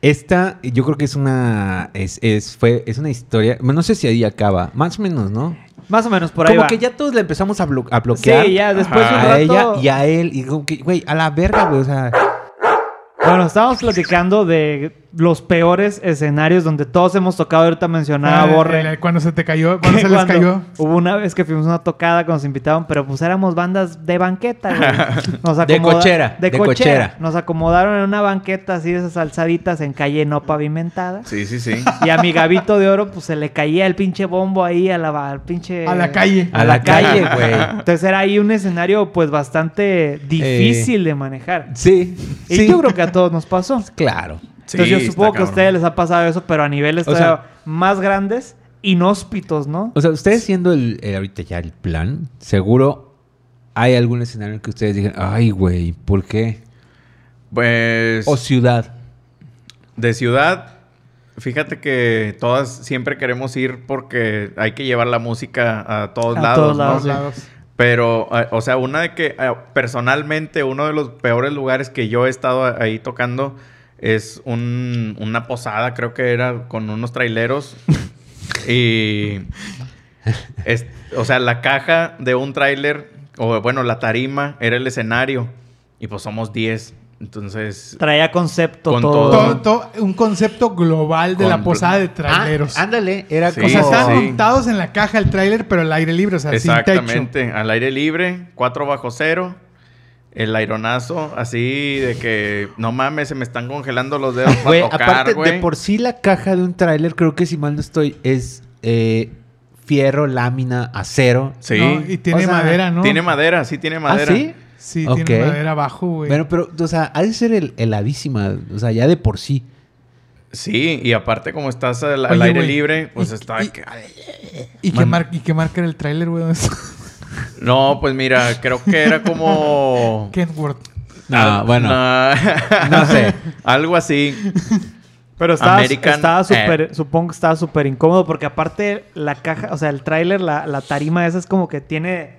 esta yo creo que es una es, es- fue, es una historia, bueno, no sé si ahí acaba, más o menos, ¿no?
*laughs* Más o menos por ahí
como
va.
que ya todos le empezamos a, blo- a bloquear.
Sí, ya después de un
A
rato...
ella y a él. Y como que, güey, a la verga, güey. O sea,
Bueno, estábamos platicando de los peores escenarios donde todos hemos tocado. Ahorita mencionaba
Ah,
Borre.
el- el- Cuando se te *laughs* cayó, cuando se les
Cuando
cayó.
Hubo una vez que fuimos a una tocada cuando nos invitaban, pero pues éramos bandas de
*laughs*
banqueta, güey. Nos
De cochera,
De,
de
cochera.
cochera.
Nos acomodaron en una banqueta así de esas alzaditas en calle no pavimentada.
Sí, sí, sí.
Y a mi gabito de oro, pues se le caía el pinche bombo ahí a la al pinche.
A la calle.
a la calle, güey.
Entonces era ahí un escenario, pues bastante difícil de manejar.
Sí.
Y
sí.
yo creo que a todos nos pasó.
Claro.
Entonces yo
Sí,
supongo
está
que a
cabrón.
ustedes les ha pasado eso, pero a niveles
O
todavía
sea-
más grandes, inhóspitos, ¿no?
O sea, ustedes siendo el, el- ahorita ya el plan, seguro hay algún escenario en que ustedes digan, ay, güey, ¿por qué?
Pues
O ciudad.
de ciudad, fíjate que todas siempre queremos ir porque hay que llevar la música a todos
A
lados,
todos
¿no?
lados,
Todos
sí.
lados.
Pero, eh, o sea, una de que eh, personalmente uno de los peores lugares que yo he estado a- ahí tocando es un- una posada, creo que era con unos traileros. y. es- o sea, la caja de un trailer, o bueno, la tarima, era el escenario. Y pues somos 10. Entonces.
Traía concepto
Con
todo.
todo.
Todo- todo- un concepto global de la
Compl-
posada de traileros.
ándale, era
Sí,
o sea,
está-
están
sí.
montados en la caja el trailer, pero al aire libre, o sea, sin techo.
Exactamente, al aire libre, 4 bajo cero. El aironazo, así de que no mames, se me están congelando los dedos para
Güey,
tocar,
aparte de
güey.
por sí la caja de un tráiler, creo que si mal no estoy, es eh, fierro, lámina, acero.
Sí.
¿no? Y tiene
O sea,
madera, ¿no?
Tiene madera, sí tiene madera.
¿Ah, sí?
Sí,
Ok.
tiene madera abajo, güey.
Bueno, pero, o sea, ha de ser hel- heladísima, o sea, ya de por sí.
Sí, y aparte como estás al, al
Oye,
aire
güey,
libre, pues
y-
está...
y- ¿Y, qué mar- ¿Y qué marca era el trailer, güey? ¿Dónde está?
No, pues mira, creo que
*laughs*
era como...
Kenworth.
No,
Ah,
bueno,
no.
no sé.
*laughs* Algo así.
Pero estaba
American,
estaba
eh.
súper, supongo que estaba súper incómodo porque aparte la caja, o sea, el tráiler, la, la tarima esa es como que tiene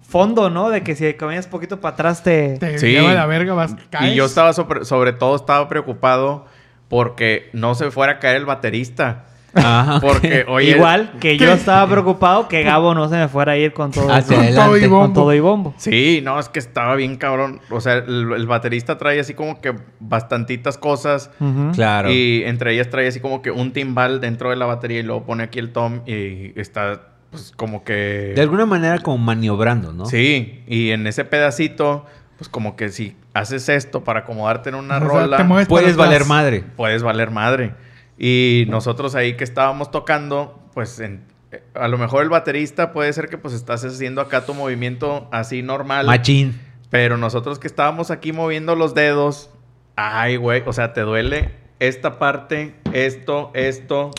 fondo, ¿no? De que si caminas poquito para atrás te...
Te
Sí.
lleva la verga, vas, caes.
Y yo estaba sobre, sobre todo estaba preocupado porque no se fuera a caer el baterista.
Ajá, Ah, ok.
Porque, oye...
Igual que yo estaba preocupado que Gabo no se me fuera a ir con
Ah,
todo,
Hacia
eso,
Todo y
adelante.
con
bombo.
todo y bombo.
Sí, no, es que estaba bien cabrón. O sea, el, el baterista trae así como que bastantitas cosas.
Ujú.
Claro.
Y entre ellas trae así como que un timbal dentro de la batería y luego pone aquí el tom y está pues como que...
De alguna manera como maniobrando, ¿no?
Sí, y en ese pedacito, pues como que si haces esto para acomodarte en una
O sea,
rola,
te mueves
Puedes
para
valer
atrás.
madre.
puedes valer madre. Y nosotros ahí que estábamos tocando, pues en- eh, a lo mejor el baterista puede ser que pues estás haciendo acá tu movimiento así normal.
Machín.
Pero nosotros que estábamos aquí moviendo los dedos, ay, güey, o sea, te duele esta parte, esto, esto.
O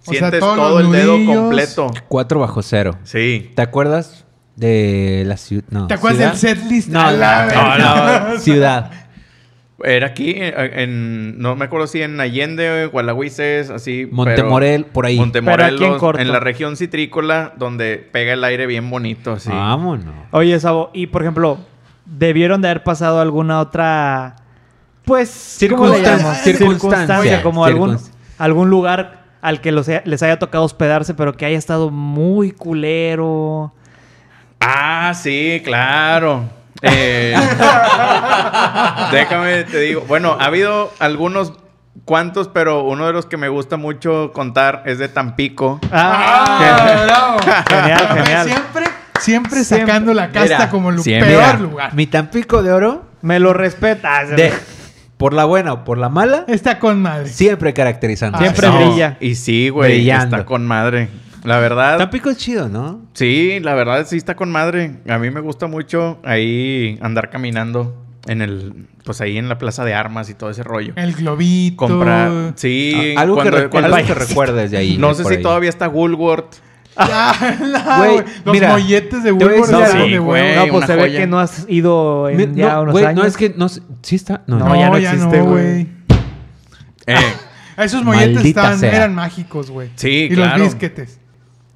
sea,
Sientes
todos
todo el
los
dedo
nudillos.
completo.
4 bajo cero.
Sí.
¿Te acuerdas de la ciudad? No.
¿Te acuerdas del
¿Ciudad?
set list?
No,
A la
no,
verga.
no,
Ah,
*laughs*
no, Ciudad.
Era aquí, eh, en, no me acuerdo si en Allende, Gualahuises, así. pero-
Montemorel, por ahí.
Montemorelos,
Pero aquí en corto.
en la región citrícola, donde pega el aire bien bonito, así.
Ah, Vámonos.
Oye, Sabo, y por ejemplo, debieron de haber pasado alguna otra, pues, ¿cómo le
Circunstancia,
llamas?
circunstancia,
circunstancia, como algún,
circunstancia.
algún lugar al que los he- les haya tocado hospedarse, pero que haya estado muy culero.
Ah, sí, claro. Eh, déjame, te digo. Bueno, ha habido algunos cuantos, pero uno de los que me gusta mucho contar es de Tampico.
Ah,
*laughs*
genial,
Pero, güey,
genial.
Siempre, siempre
Siempre.
sacando la casta
Mira,
como el
siempre.
peor
Mira.
lugar.
Mi Tampico de oro.
Me lo respetas.
De, por la buena o por la mala,
Está con madre.
siempre caracterizando.
Siempre
No,
brilla.
Y sí, güey,
Brillando.
está con madre. La verdad.
Tampico es chido, ¿no?
Sí, la verdad sí está con madre. A mí me gusta mucho ahí andar caminando en el, pues ahí en la plaza de armas y todo ese rollo.
El globito.
Comprar, sí.
Ah, algo
cuando-
que, recu-
cuando-
algo que recuerdes de ahí.
No
de
sé
por
si
ahí.
todavía está Woolworth.
*laughs*
*laughs*
Ah, la,
Güey,
güey. los
mira,
molletes
te
de
voy a
Woolworth
decir
eran
algo.
de
Sí,
huevo.
güey.
no, pues
una
se ve
joya.
que no has ido en
eh, Mi-
ya
no,
unos
güey,
años.
no es que no sé- sí está, no,
No,
no.
ya no existe, güey.
Eh,
Esos molletes
Maldita
estaban,
sea.
eran mágicos, güey.
Sí,
y
claro.
los bisquetes.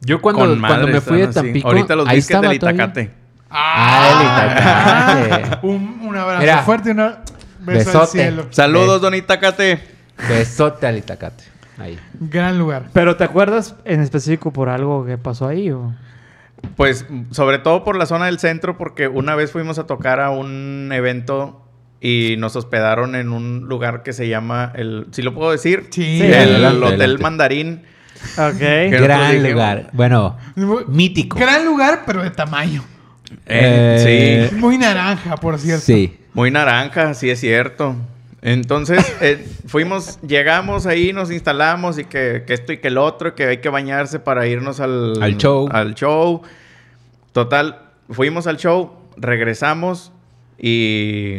Yo cuando,
con
cuando
madre
me fui de
están así.
Tampico,
Ahorita los
ahí
biscuits
estaba
del
todavía.
Itacate.
Ah, el Itacate.
Un, un abrazo
Mira.
fuerte y un beso al
Besote.
cielo.
Saludos, don Itacate.
Besote al Itacate. Ahí.
Gran lugar.
Pero ¿te acuerdas en específico por algo que pasó ahí?
*laughs*
o?
Pues sobre todo por la zona del centro, porque una vez fuimos a tocar a un evento y nos hospedaron en un lugar que se llama el, si lo puedo decir,
Sí.
el
adelante,
Hotel
adelante.
Mandarín.
Ok.
Pero pues
Gran
dije,
lugar. Bueno, mítico.
Gran lugar, pero de tamaño.
Eh,
sí,
Muy naranja, por cierto.
Sí.
muy naranja, sí es cierto. Entonces
*laughs*
eh, fuimos, llegamos ahí, nos instalamos y que, que esto y que el otro, que hay que bañarse para irnos al,
Al show.
Al show. Total, fuimos al show, regresamos y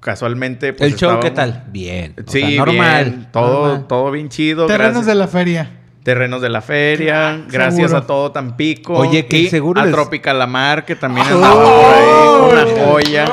casualmente... pues,
el show, ¿qué
estábamos-
tal? Bien. o
Sí,
sea,
normal.
normal.
todo,
normal.
todo bien chido.
Terrenos
gracias-
de la feria.
Terrenos de la feria.
Claro,
gracias
seguro.
a todo Tampico.
Oye, que
y
seguro
A
les- ¡Oh!
Tropicalamark, que también andaba por ahí. Una joya.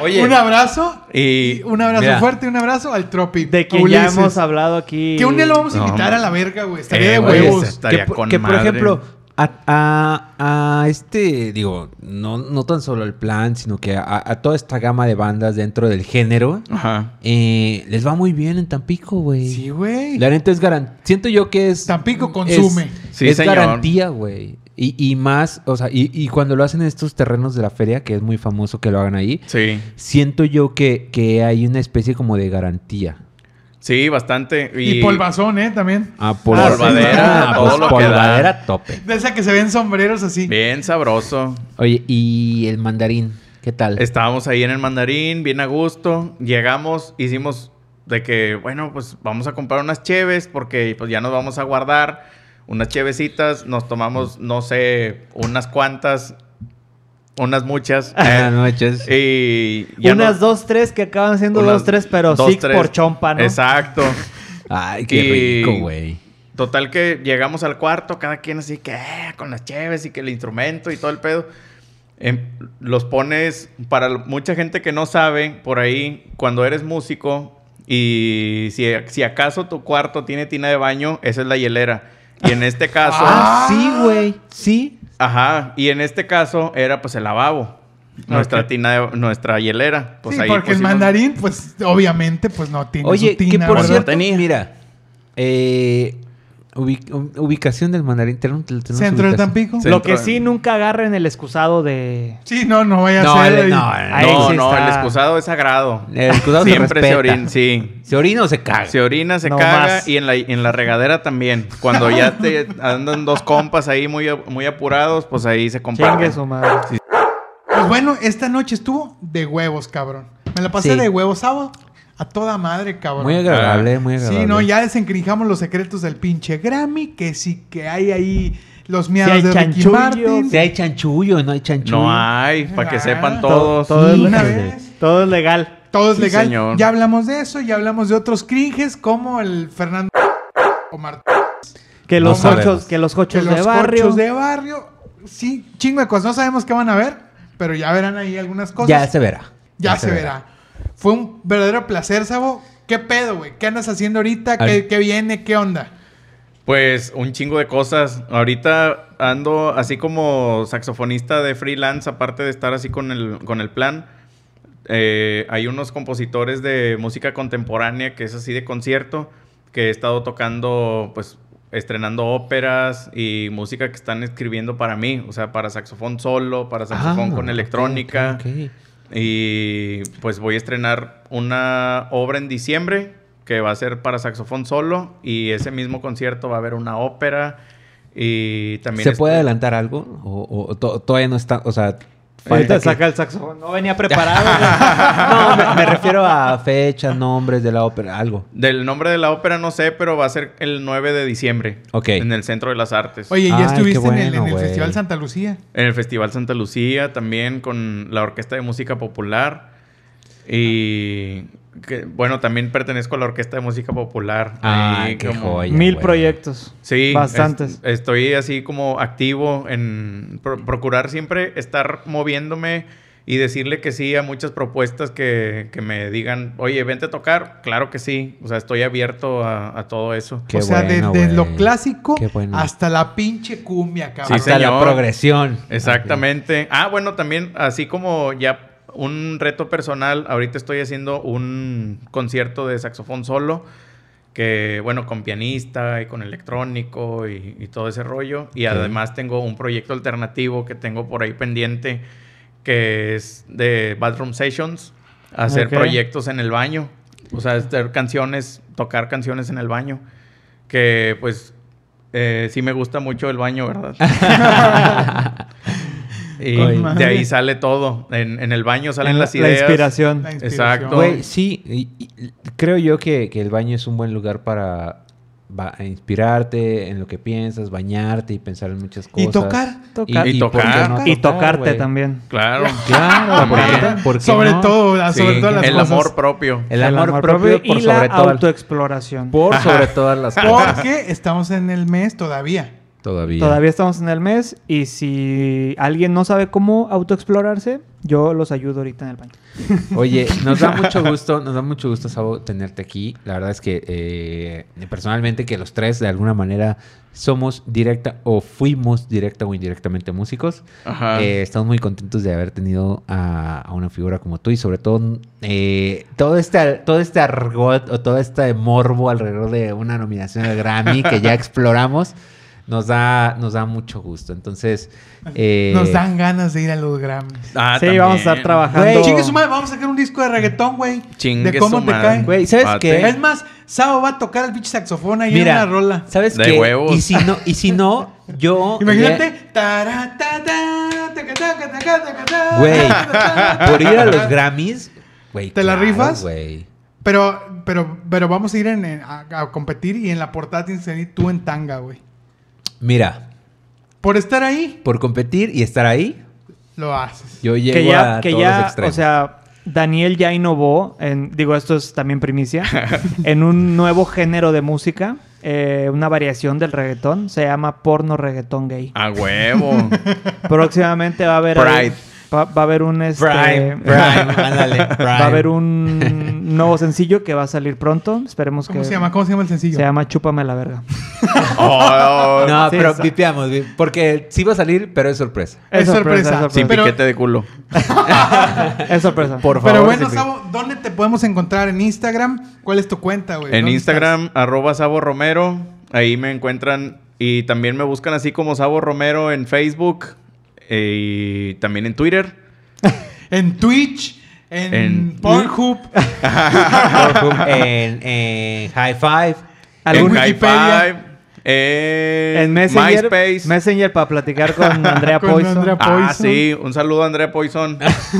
Oye.
Un abrazo.
Y-
Y un abrazo
mira.
fuerte y un abrazo al Tropi.
De quien ya
Ulises.
hemos hablado aquí.
Que un día lo vamos a
No,
invitar
man.
a la verga, güey. Estaría
Eh,
de
güey,
huevos.
Oye,
ese- estaría
que, por-
con
que, por
madre.
ejemplo, a, a- a este, digo, no, no tan solo el plan, sino que a, a toda esta gama de bandas dentro del género,
Ajá.
eh, les va muy bien en Tampico, güey.
Sí, güey.
La neta es garantía. Siento yo que es.
Tampico consume.
Es,
Sí,
es
señor.
garantía, güey. Y, y más, o sea, y, y cuando lo hacen en estos terrenos de la feria, que es muy famoso que lo hagan ahí,
Sí.
siento yo que, que hay una especie como de garantía.
Sí, bastante. Y,
Y polvazón, ¿eh? También.
Ah,
Polvadera,
ah,
todo
pues,
lo que da.
polvadera a tope.
De esa que se ven sombreros así.
Bien sabroso.
Oye, y el mandarín, ¿qué tal? *laughs*
Estábamos ahí en el mandarín, bien a gusto. Llegamos, hicimos de que, bueno, pues vamos a comprar unas cheves porque pues ya nos vamos a guardar unas chevecitas. Nos tomamos, no sé, unas cuantas, unas muchas.
Buenas
eh,
noches.
y ya
Ah, Unas
no-
dos, tres que acaban siendo
unas
dos, tres, pero
dos,
six
tres.
por chompa, ¿no?
Exacto.
Ay,
y-
qué rico, güey.
Total que llegamos al cuarto, cada quien así que eh, con las cheves y que el instrumento y todo el pedo. Em, los pones, para l- mucha gente que no sabe, por ahí, cuando eres músico y si, si acaso tu cuarto tiene tina de baño, esa es la hielera. Y en este
*laughs*
caso,
Ah, sí, güey. Sí.
ajá, y en este caso era pues el lavabo, nuestra tina de, nuestra hielera. Pues
sí,
ahí
porque el
pusimos-
mandarín, pues, obviamente, pues no tiene
Oye,
su tina,
que por
¿verdad?
cierto,
tenía.
mira, eh, ubi- u- ubicación del mandarín. tenemos- tenemos
Centro de
ubicación.
Tampico.
Sí.
Lo que
Centro-
sí, nunca agarren el excusado de...
Sí, no, no vaya a
No,
ser.
el-
ahí.
no,
Ahí
No,
sí
no,
está.
el excusado es sagrado.
El excusado se
Siempre se,
respeta.
orina, sí.
¿Se orina o se caga?
Se orina, se
No
caga
más.
y en la, y en la regadera también. Cuando ya
*laughs*
te andan dos compas ahí muy, muy apurados, pues ahí se
Chingue
comparten.
su madre.
Pues bueno, esta noche estuvo de huevos, cabrón. Me la pasé
Sí.
de huevos, sábado. A toda madre, cabrón.
Muy agradable, muy agradable.
Sí, no, ya desencrinjamos los secretos del pinche Grammy, que sí que hay ahí los miados
hay
de Ricky
chanchullo,
Martin.
Si hay chanchullo, no hay chanchullo.
No hay, para que
Ah,
sepan
Todo,
todos.
todo es
Sí, una
legal.
vez.
Todo es legal.
Todo es
Sí,
legal.
señor.
Ya hablamos de eso, ya hablamos de otros cringes como el Fernando o Martín.
Que
No
los
sabemos.
cochos, que los
Que
cochos
los
de barrio.
cochos de barrio. Sí, chingo de cosas. No sabemos qué van a ver, pero ya verán ahí algunas cosas.
Ya se verá.
Ya se verá. Fue un verdadero placer, Sabo. ¿Qué pedo, güey? ¿Qué andas haciendo ahorita? ¿Qué,
Ay.
qué viene? ¿Qué onda?
Pues un chingo de cosas. Ahorita ando así como saxofonista de freelance, aparte de estar así con el, con el plan. eh, hay unos compositores de música contemporánea que es así de concierto, que he estado tocando, pues estrenando óperas y música que están escribiendo para mí, o sea, para saxofón solo, para saxofón
Ah,
con electrónica.
ok, ok.
Y pues voy a estrenar una obra en diciembre que va a ser para saxofón solo y ese mismo concierto va a haber una ópera y también... este,
¿Se
est-
puede adelantar algo? ¿O, o to- todavía no está? O sea, *laughs* Falta
Ahorita
que-
saca el saxofón. No
*laughs*
venía preparado.
No, me, me refiero a fechas, nombres de la ópera, algo.
Del nombre de la ópera no sé, pero va a ser el 9 de diciembre.
Ok.
En el Centro de las Artes.
Oye, ¿ya
Ay, qué
estuviste en el,
bueno,
en el
güey.
Festival Santa Lucía?
En el Festival Santa Lucía, también con la Orquesta de Música Popular. Y que, bueno, también pertenezco a la Orquesta de Música Popular.
Ah,
Ahí
qué
como-
joya.
Mil
güey.
proyectos.
Sí, es-
Bastantes.
estoy así como activo en pro- procurar siempre estar moviéndome y decirle que sí a muchas propuestas que, que me digan, oye, vente a tocar. Claro que sí. O sea, estoy abierto a, a todo eso.
Qué
o sea, de-
bueno,
desde lo
güey.
clásico
Qué bueno.
hasta la pinche cumbia, cabrón.
Sí,
Hasta la
señor.
progresión.
Exactamente. Ah, bueno, también así como ya un reto personal, ahorita estoy haciendo un concierto de saxofón solo, que bueno, con pianista y con electrónico y, y todo ese rollo. Y
Ok.
además tengo un proyecto alternativo que tengo por ahí pendiente, que es de Bathroom Sessions, hacer
Ok.
proyectos en el baño, o sea, hacer canciones, tocar canciones en el baño, que pues... eh, sí me gusta mucho el baño, ¿verdad?
*laughs*
Y
Con
madre.
de ahí sale todo. En, en el baño salen
En la-
las ideas.
La inspiración.
La inspiración.
Exacto.
Güey, sí, y- y- creo yo que, que el baño es un buen lugar para ba- inspirarte en lo que piensas, bañarte y pensar en muchas cosas.
Y tocar.
Tocar.
Y
¿por qué
tocar.
no
Y tocarte
güey?
también.
Claro.
Claro, ¿por qué-
También.
por qué
sobre
no?
todo, la-
Sí,
Ah, sobre todas las
el
cosas.
amor propio.
El amor, propio, por
y
sobre
la
todo.
autoexploración.
Por sobre todas las cosas.
Porque estamos en el mes todavía.
Todavía.
Todavía estamos en el mes y si alguien no sabe cómo autoexplorarse, yo los ayudo ahorita en el baño.
Oye, nos
*laughs*
da mucho gusto, nos da mucho gusto, Sabo, tenerte aquí. La verdad es que eh, personalmente que los tres de alguna manera somos directa o fuimos directa o indirectamente músicos.
Ah.
Ajá.
Eh, estamos muy contentos de haber tenido a, a una figura como tú y sobre todo eh, todo este todo este argot o todo este morbo alrededor de una nominación de Grammy que
*laughs*
ya exploramos nos da nos da mucho gusto. Entonces eh,
Nos dan ganas de ir a los Grammys.
Ah,
sí,
también.
vamos a estar trabajando.
Güey,
Chingue su madre, vamos a sacar un disco de reggaetón, güey.
Chingue
De cómo
su
te
madre.
cae.
Güey, ¿sabes
Pate.
qué?
Es más, Sao va a tocar el pinche saxofón ahí en
mira
una rola.
sabes
De
qué?
huevos.
y si no y si no
*laughs*
yo
Imagínate. Tara, ta, ta, taca, taca, taca, taca, taca, *laughs*
Güey,
taca, taca.
por ir a los Grammys güey,
¿Te la
claro,
rifas?
güey.
Pero, pero, pero vamos a ir en- en- a, a competir y en la portada tienes que venir tú en tanga, güey.
mira
Por estar ahí,
por competir y estar ahí
lo haces.
yo llego
que ya,
a
que
todos los
ya, o
extremos.
sea, Daniel ya innovó, en, digo, esto es también
*laughs*
primicia, en un nuevo género de música, eh, una variación del reggaetón, se llama porno reggaetón gay.
A huevo.
Ah.
Próximamente va a haber...
Pride.
Va, va a haber un... Este,
Prime,
*laughs*
Prime, ándale, Prime.
Va a
*laughs*
haber un nuevo sencillo que va a salir pronto. Esperemos
¿Cómo
que.
se llama? ¿Cómo se llama el sencillo?
Se llama Chúpame la verga.
Oh,
No,
Sí,
pero
esa.
pipeamos, vi- porque sí va a salir, pero es
*laughs*
sorpresa.
Es sorpresa.
Es
Sin
sorpresa.
Pero-
piquete de culo.
Es sorpresa.
Por favor.
Pero bueno,
sí,
Sabo, ¿dónde te podemos encontrar? ¿En Instagram? ¿Cuál es tu cuenta, güey?
En
¿Dónde
Instagram, arroba Sabo Romero. Ahí me encuentran. Y también me buscan así como Sabo Romero en Facebook. eh, Y también en Twitter.
estás? En Twitch, en,
En-
Pornhub,
Pornhub, en, en High Five.
¿Algún
en High
Wikipedia?
Five, en,
en Messenger.
MySpace.
Messenger para
*laughs*
platicar con Andrea
Con
Poison.
Andrea-
Ah,
Poison.
sí. Un saludo a
*laughs*
Andrea Poison.
Pues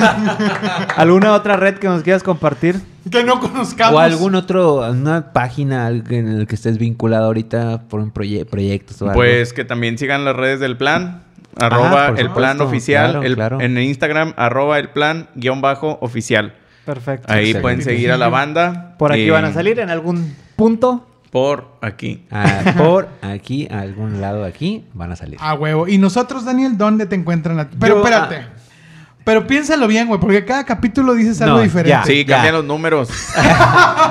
¿Alguna otra red que nos quieras compartir?
que no conozcamos.
O algún otro, una página al- en la que estés vinculado ahorita por un proye- proyecto. o algo.
Pues que también sigan las redes del plan.
Ah,
Arroba
por
el plan
supuesto,
oficial.
claro,
el-
claro.
En Instagram, arroba el plan guión bajo oficial.
Perfecto.
Ahí
Excelente.
pueden seguir a la banda.
Por aquí
Y
eh,
van a salir en algún punto.
Por aquí.
Ah, por aquí, a algún lado de aquí, van a salir.
A Ah, huevo. ¿Y nosotros, Daniel, dónde te encuentran? a ti? Pero
Yo,
espérate.
ah.
Pero piénsalo bien, güey, porque cada capítulo dices algo
No,
diferente.
ya.
Sí,
Ah, Ya.
cambian
*laughs*
los números.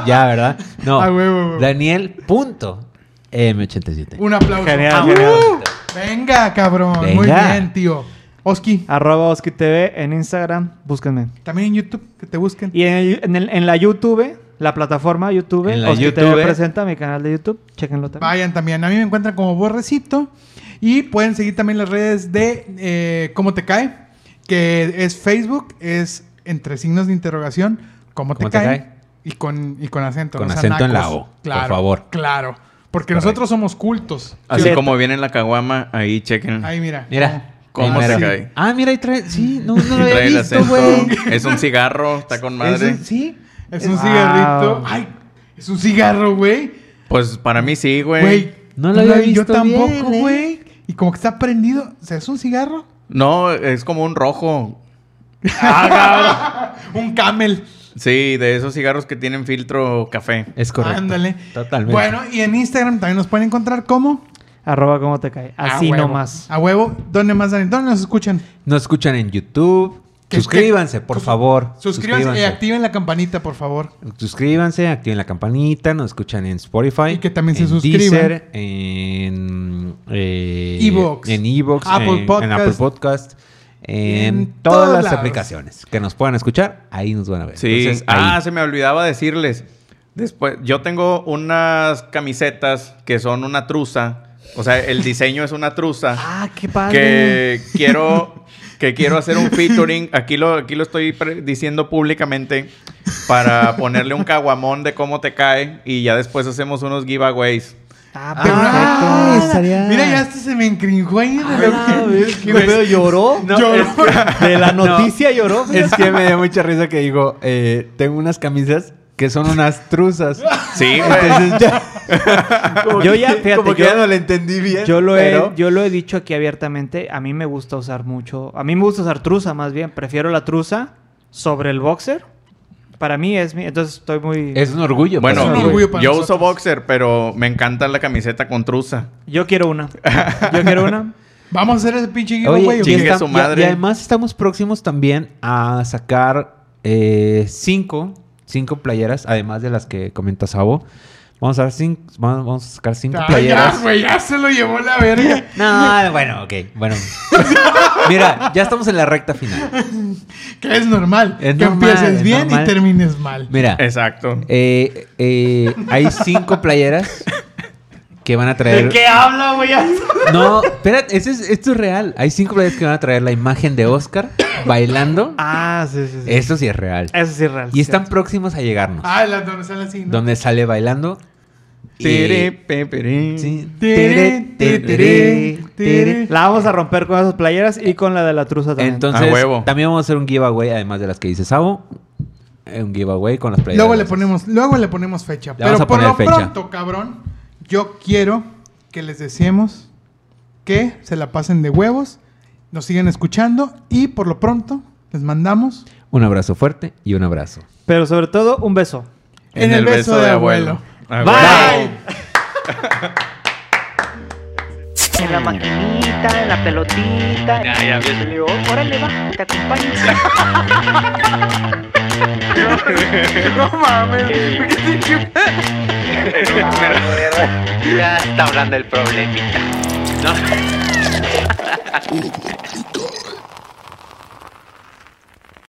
Ya, ¿verdad? No.
A Ah. huevo, huevo.
Daniel punto M87.
Un aplauso.
Genial,
Ah,
genial.
uh. Venga, cabrón. Muy
Venga. Ah.
bien, tío. Oski,
Arroba Oski TV en Instagram. Búsquenme.
también en YouTube, que te busquen.
Y en, el- en el- en la YouTube, la plataforma YouTube,
En la
Oski
YouTube.
TV presenta mi canal de YouTube. Chequenlo también.
Vayan también. A mí me encuentran como Borrecito. Y pueden seguir también las redes de eh, Cómo Te Cae, que es Facebook, es entre signos de interrogación, Cómo, te,
¿Cómo
cae, Y, con, y con acento.
Con
sean
acento en la
nacos.
O, por favor.
Claro. Porque
Correcto.
nosotros somos cultos.
Así
Sí.
como viene en la caguama, ahí chequen.
Ahí mira.
Mira.
¿Cómo
Primero.
se cae?
*laughs* Ah, mira, ahí trae. Sí, no, no lo había
Trae el
visto,
acento.
güey.
Es un cigarro, está con madre.
Es un- sí, es un
Wow.
cigarrito. Ay, es un cigarro, güey.
Pues para mí sí, güey.
Güey.
No lo había
Yo
visto bien,
tampoco,
¿eh?
güey. Y como que está prendido. O sea, es un cigarro.
No, es como un rojo.
Un camel.
Sí, de esos cigarros que tienen filtro café.
Es correcto.
Ándale.
Totalmente.
Bueno, y en Instagram también nos pueden encontrar como
Arroba cómo te cae.
Ah,
Así
A huevo.
nomás.
A huevo. ¿Dónde más, Dani? ¿Dónde nos escuchan?
Nos escuchan en YouTube.
Que-
suscríbanse,
que-
por
sus-
favor.
Suscríbanse, y activen la campanita, por favor.
Suscríbanse, activen la campanita, nos escuchan en Spotify.
Y que también se
en
suscriban.
Deezer, en eh,
Evox,
en Evox,
Apple
en- en,
Podcast.
Apple Podcast, en,
En
todas
todos
las
lados.
aplicaciones que nos puedan escuchar, ahí nos van a ver.
Sí.
Entonces,
ah,
ahí.
*laughs* se me olvidaba decirles. Después, yo tengo unas camisetas que son una truza. O sea, el diseño es una truza.
Ah, qué padre.
que quiero que quiero hacer un featuring. Aquí lo aquí lo estoy pre- diciendo públicamente para ponerle un caguamón de cómo te cae y ya después hacemos unos giveaways.
Ah,
Ah,
perfecto.
ah, estaría-
Mira, ya hasta se me encrinjó ahí. de
Ah,
lo que-
*laughs* ¿ves? ¿Qué pedo? ¿Lloró? De *laughs* la noticia lloró. Es que me dio mucha risa que digo, eh, tengo unas camisas que son unas truzas.
Sí, güey.
Entonces ya.
Yo
que-
ya,
*laughs*
fíjate,
como que
yo-
ya no le entendí bien.
Yo lo,
pero-
he, yo lo he dicho aquí abiertamente. A mí me gusta usar mucho. A mí me gusta usar trusa más bien. Prefiero la trusa sobre el boxer. Para mí es mi. Entonces estoy muy.
Es un orgullo.
Bueno,
Es un
para mí,
orgullo para
yo
nosotros.
uso boxer, pero me encanta la camiseta con truza.
Yo quiero una. Yo quiero una.
Vamos a hacer ese pinche
güey. Oye,
giveaway. ¿o
y,
qué?
chingue
está-
su
y-
madre.
y además estamos próximos también a sacar eh, cinco, cinco playeras, además de las que comenta Sabo. Vamos a, dar cinco, vamos vamos a sacar cinco
Ah,
playeras.
ya, güey, ya se lo llevó la verga.
*laughs* No, bueno, ok, bueno. *laughs* Mira, ya estamos en la recta final.
Que es normal.
Es
que
normal,
empieces
es
bien
normal.
y termines mal.
Mira,
Exacto.
eh, eh, hay cinco playeras que van a traer.
habla, güey?
No, espérate, ese es- esto es real. Hay cinco playeras que van a traer la imagen de Oscar bailando.
Ah, sí, sí, sí.
Eso sí es real.
Eso sí es real.
Y están próximos a llegarnos.
Ah, las donde sale así, ¿no?
Donde sale bailando. y-
Tere, pe, pere.
eh, Sí.
Tere, tere, tere, tere.
La vamos a romper con esas playeras y con la de la trusa también.
Entonces,
A huevo.
también vamos a hacer un giveaway, además de las que dice Sabo. Eh, Un giveaway con las playeras.
Luego le
de los-
ponemos, luego le ponemos fecha.
vamos
pero
a
por
poner
lo
fecha.
pronto, cabrón, yo quiero que les deseemos que se la pasen de huevos, nos sigan escuchando y por lo pronto les mandamos
Un abrazo fuerte y un abrazo.
Pero sobre todo, un beso.
en, el, beso, de abuelo.
Ah,
Bye.
güey.
En la maquinita, en la pelotita. Ya, ya, Le digo, órale, va, te acompaño. *laughs* no mames,
Ya está hablando el problemita.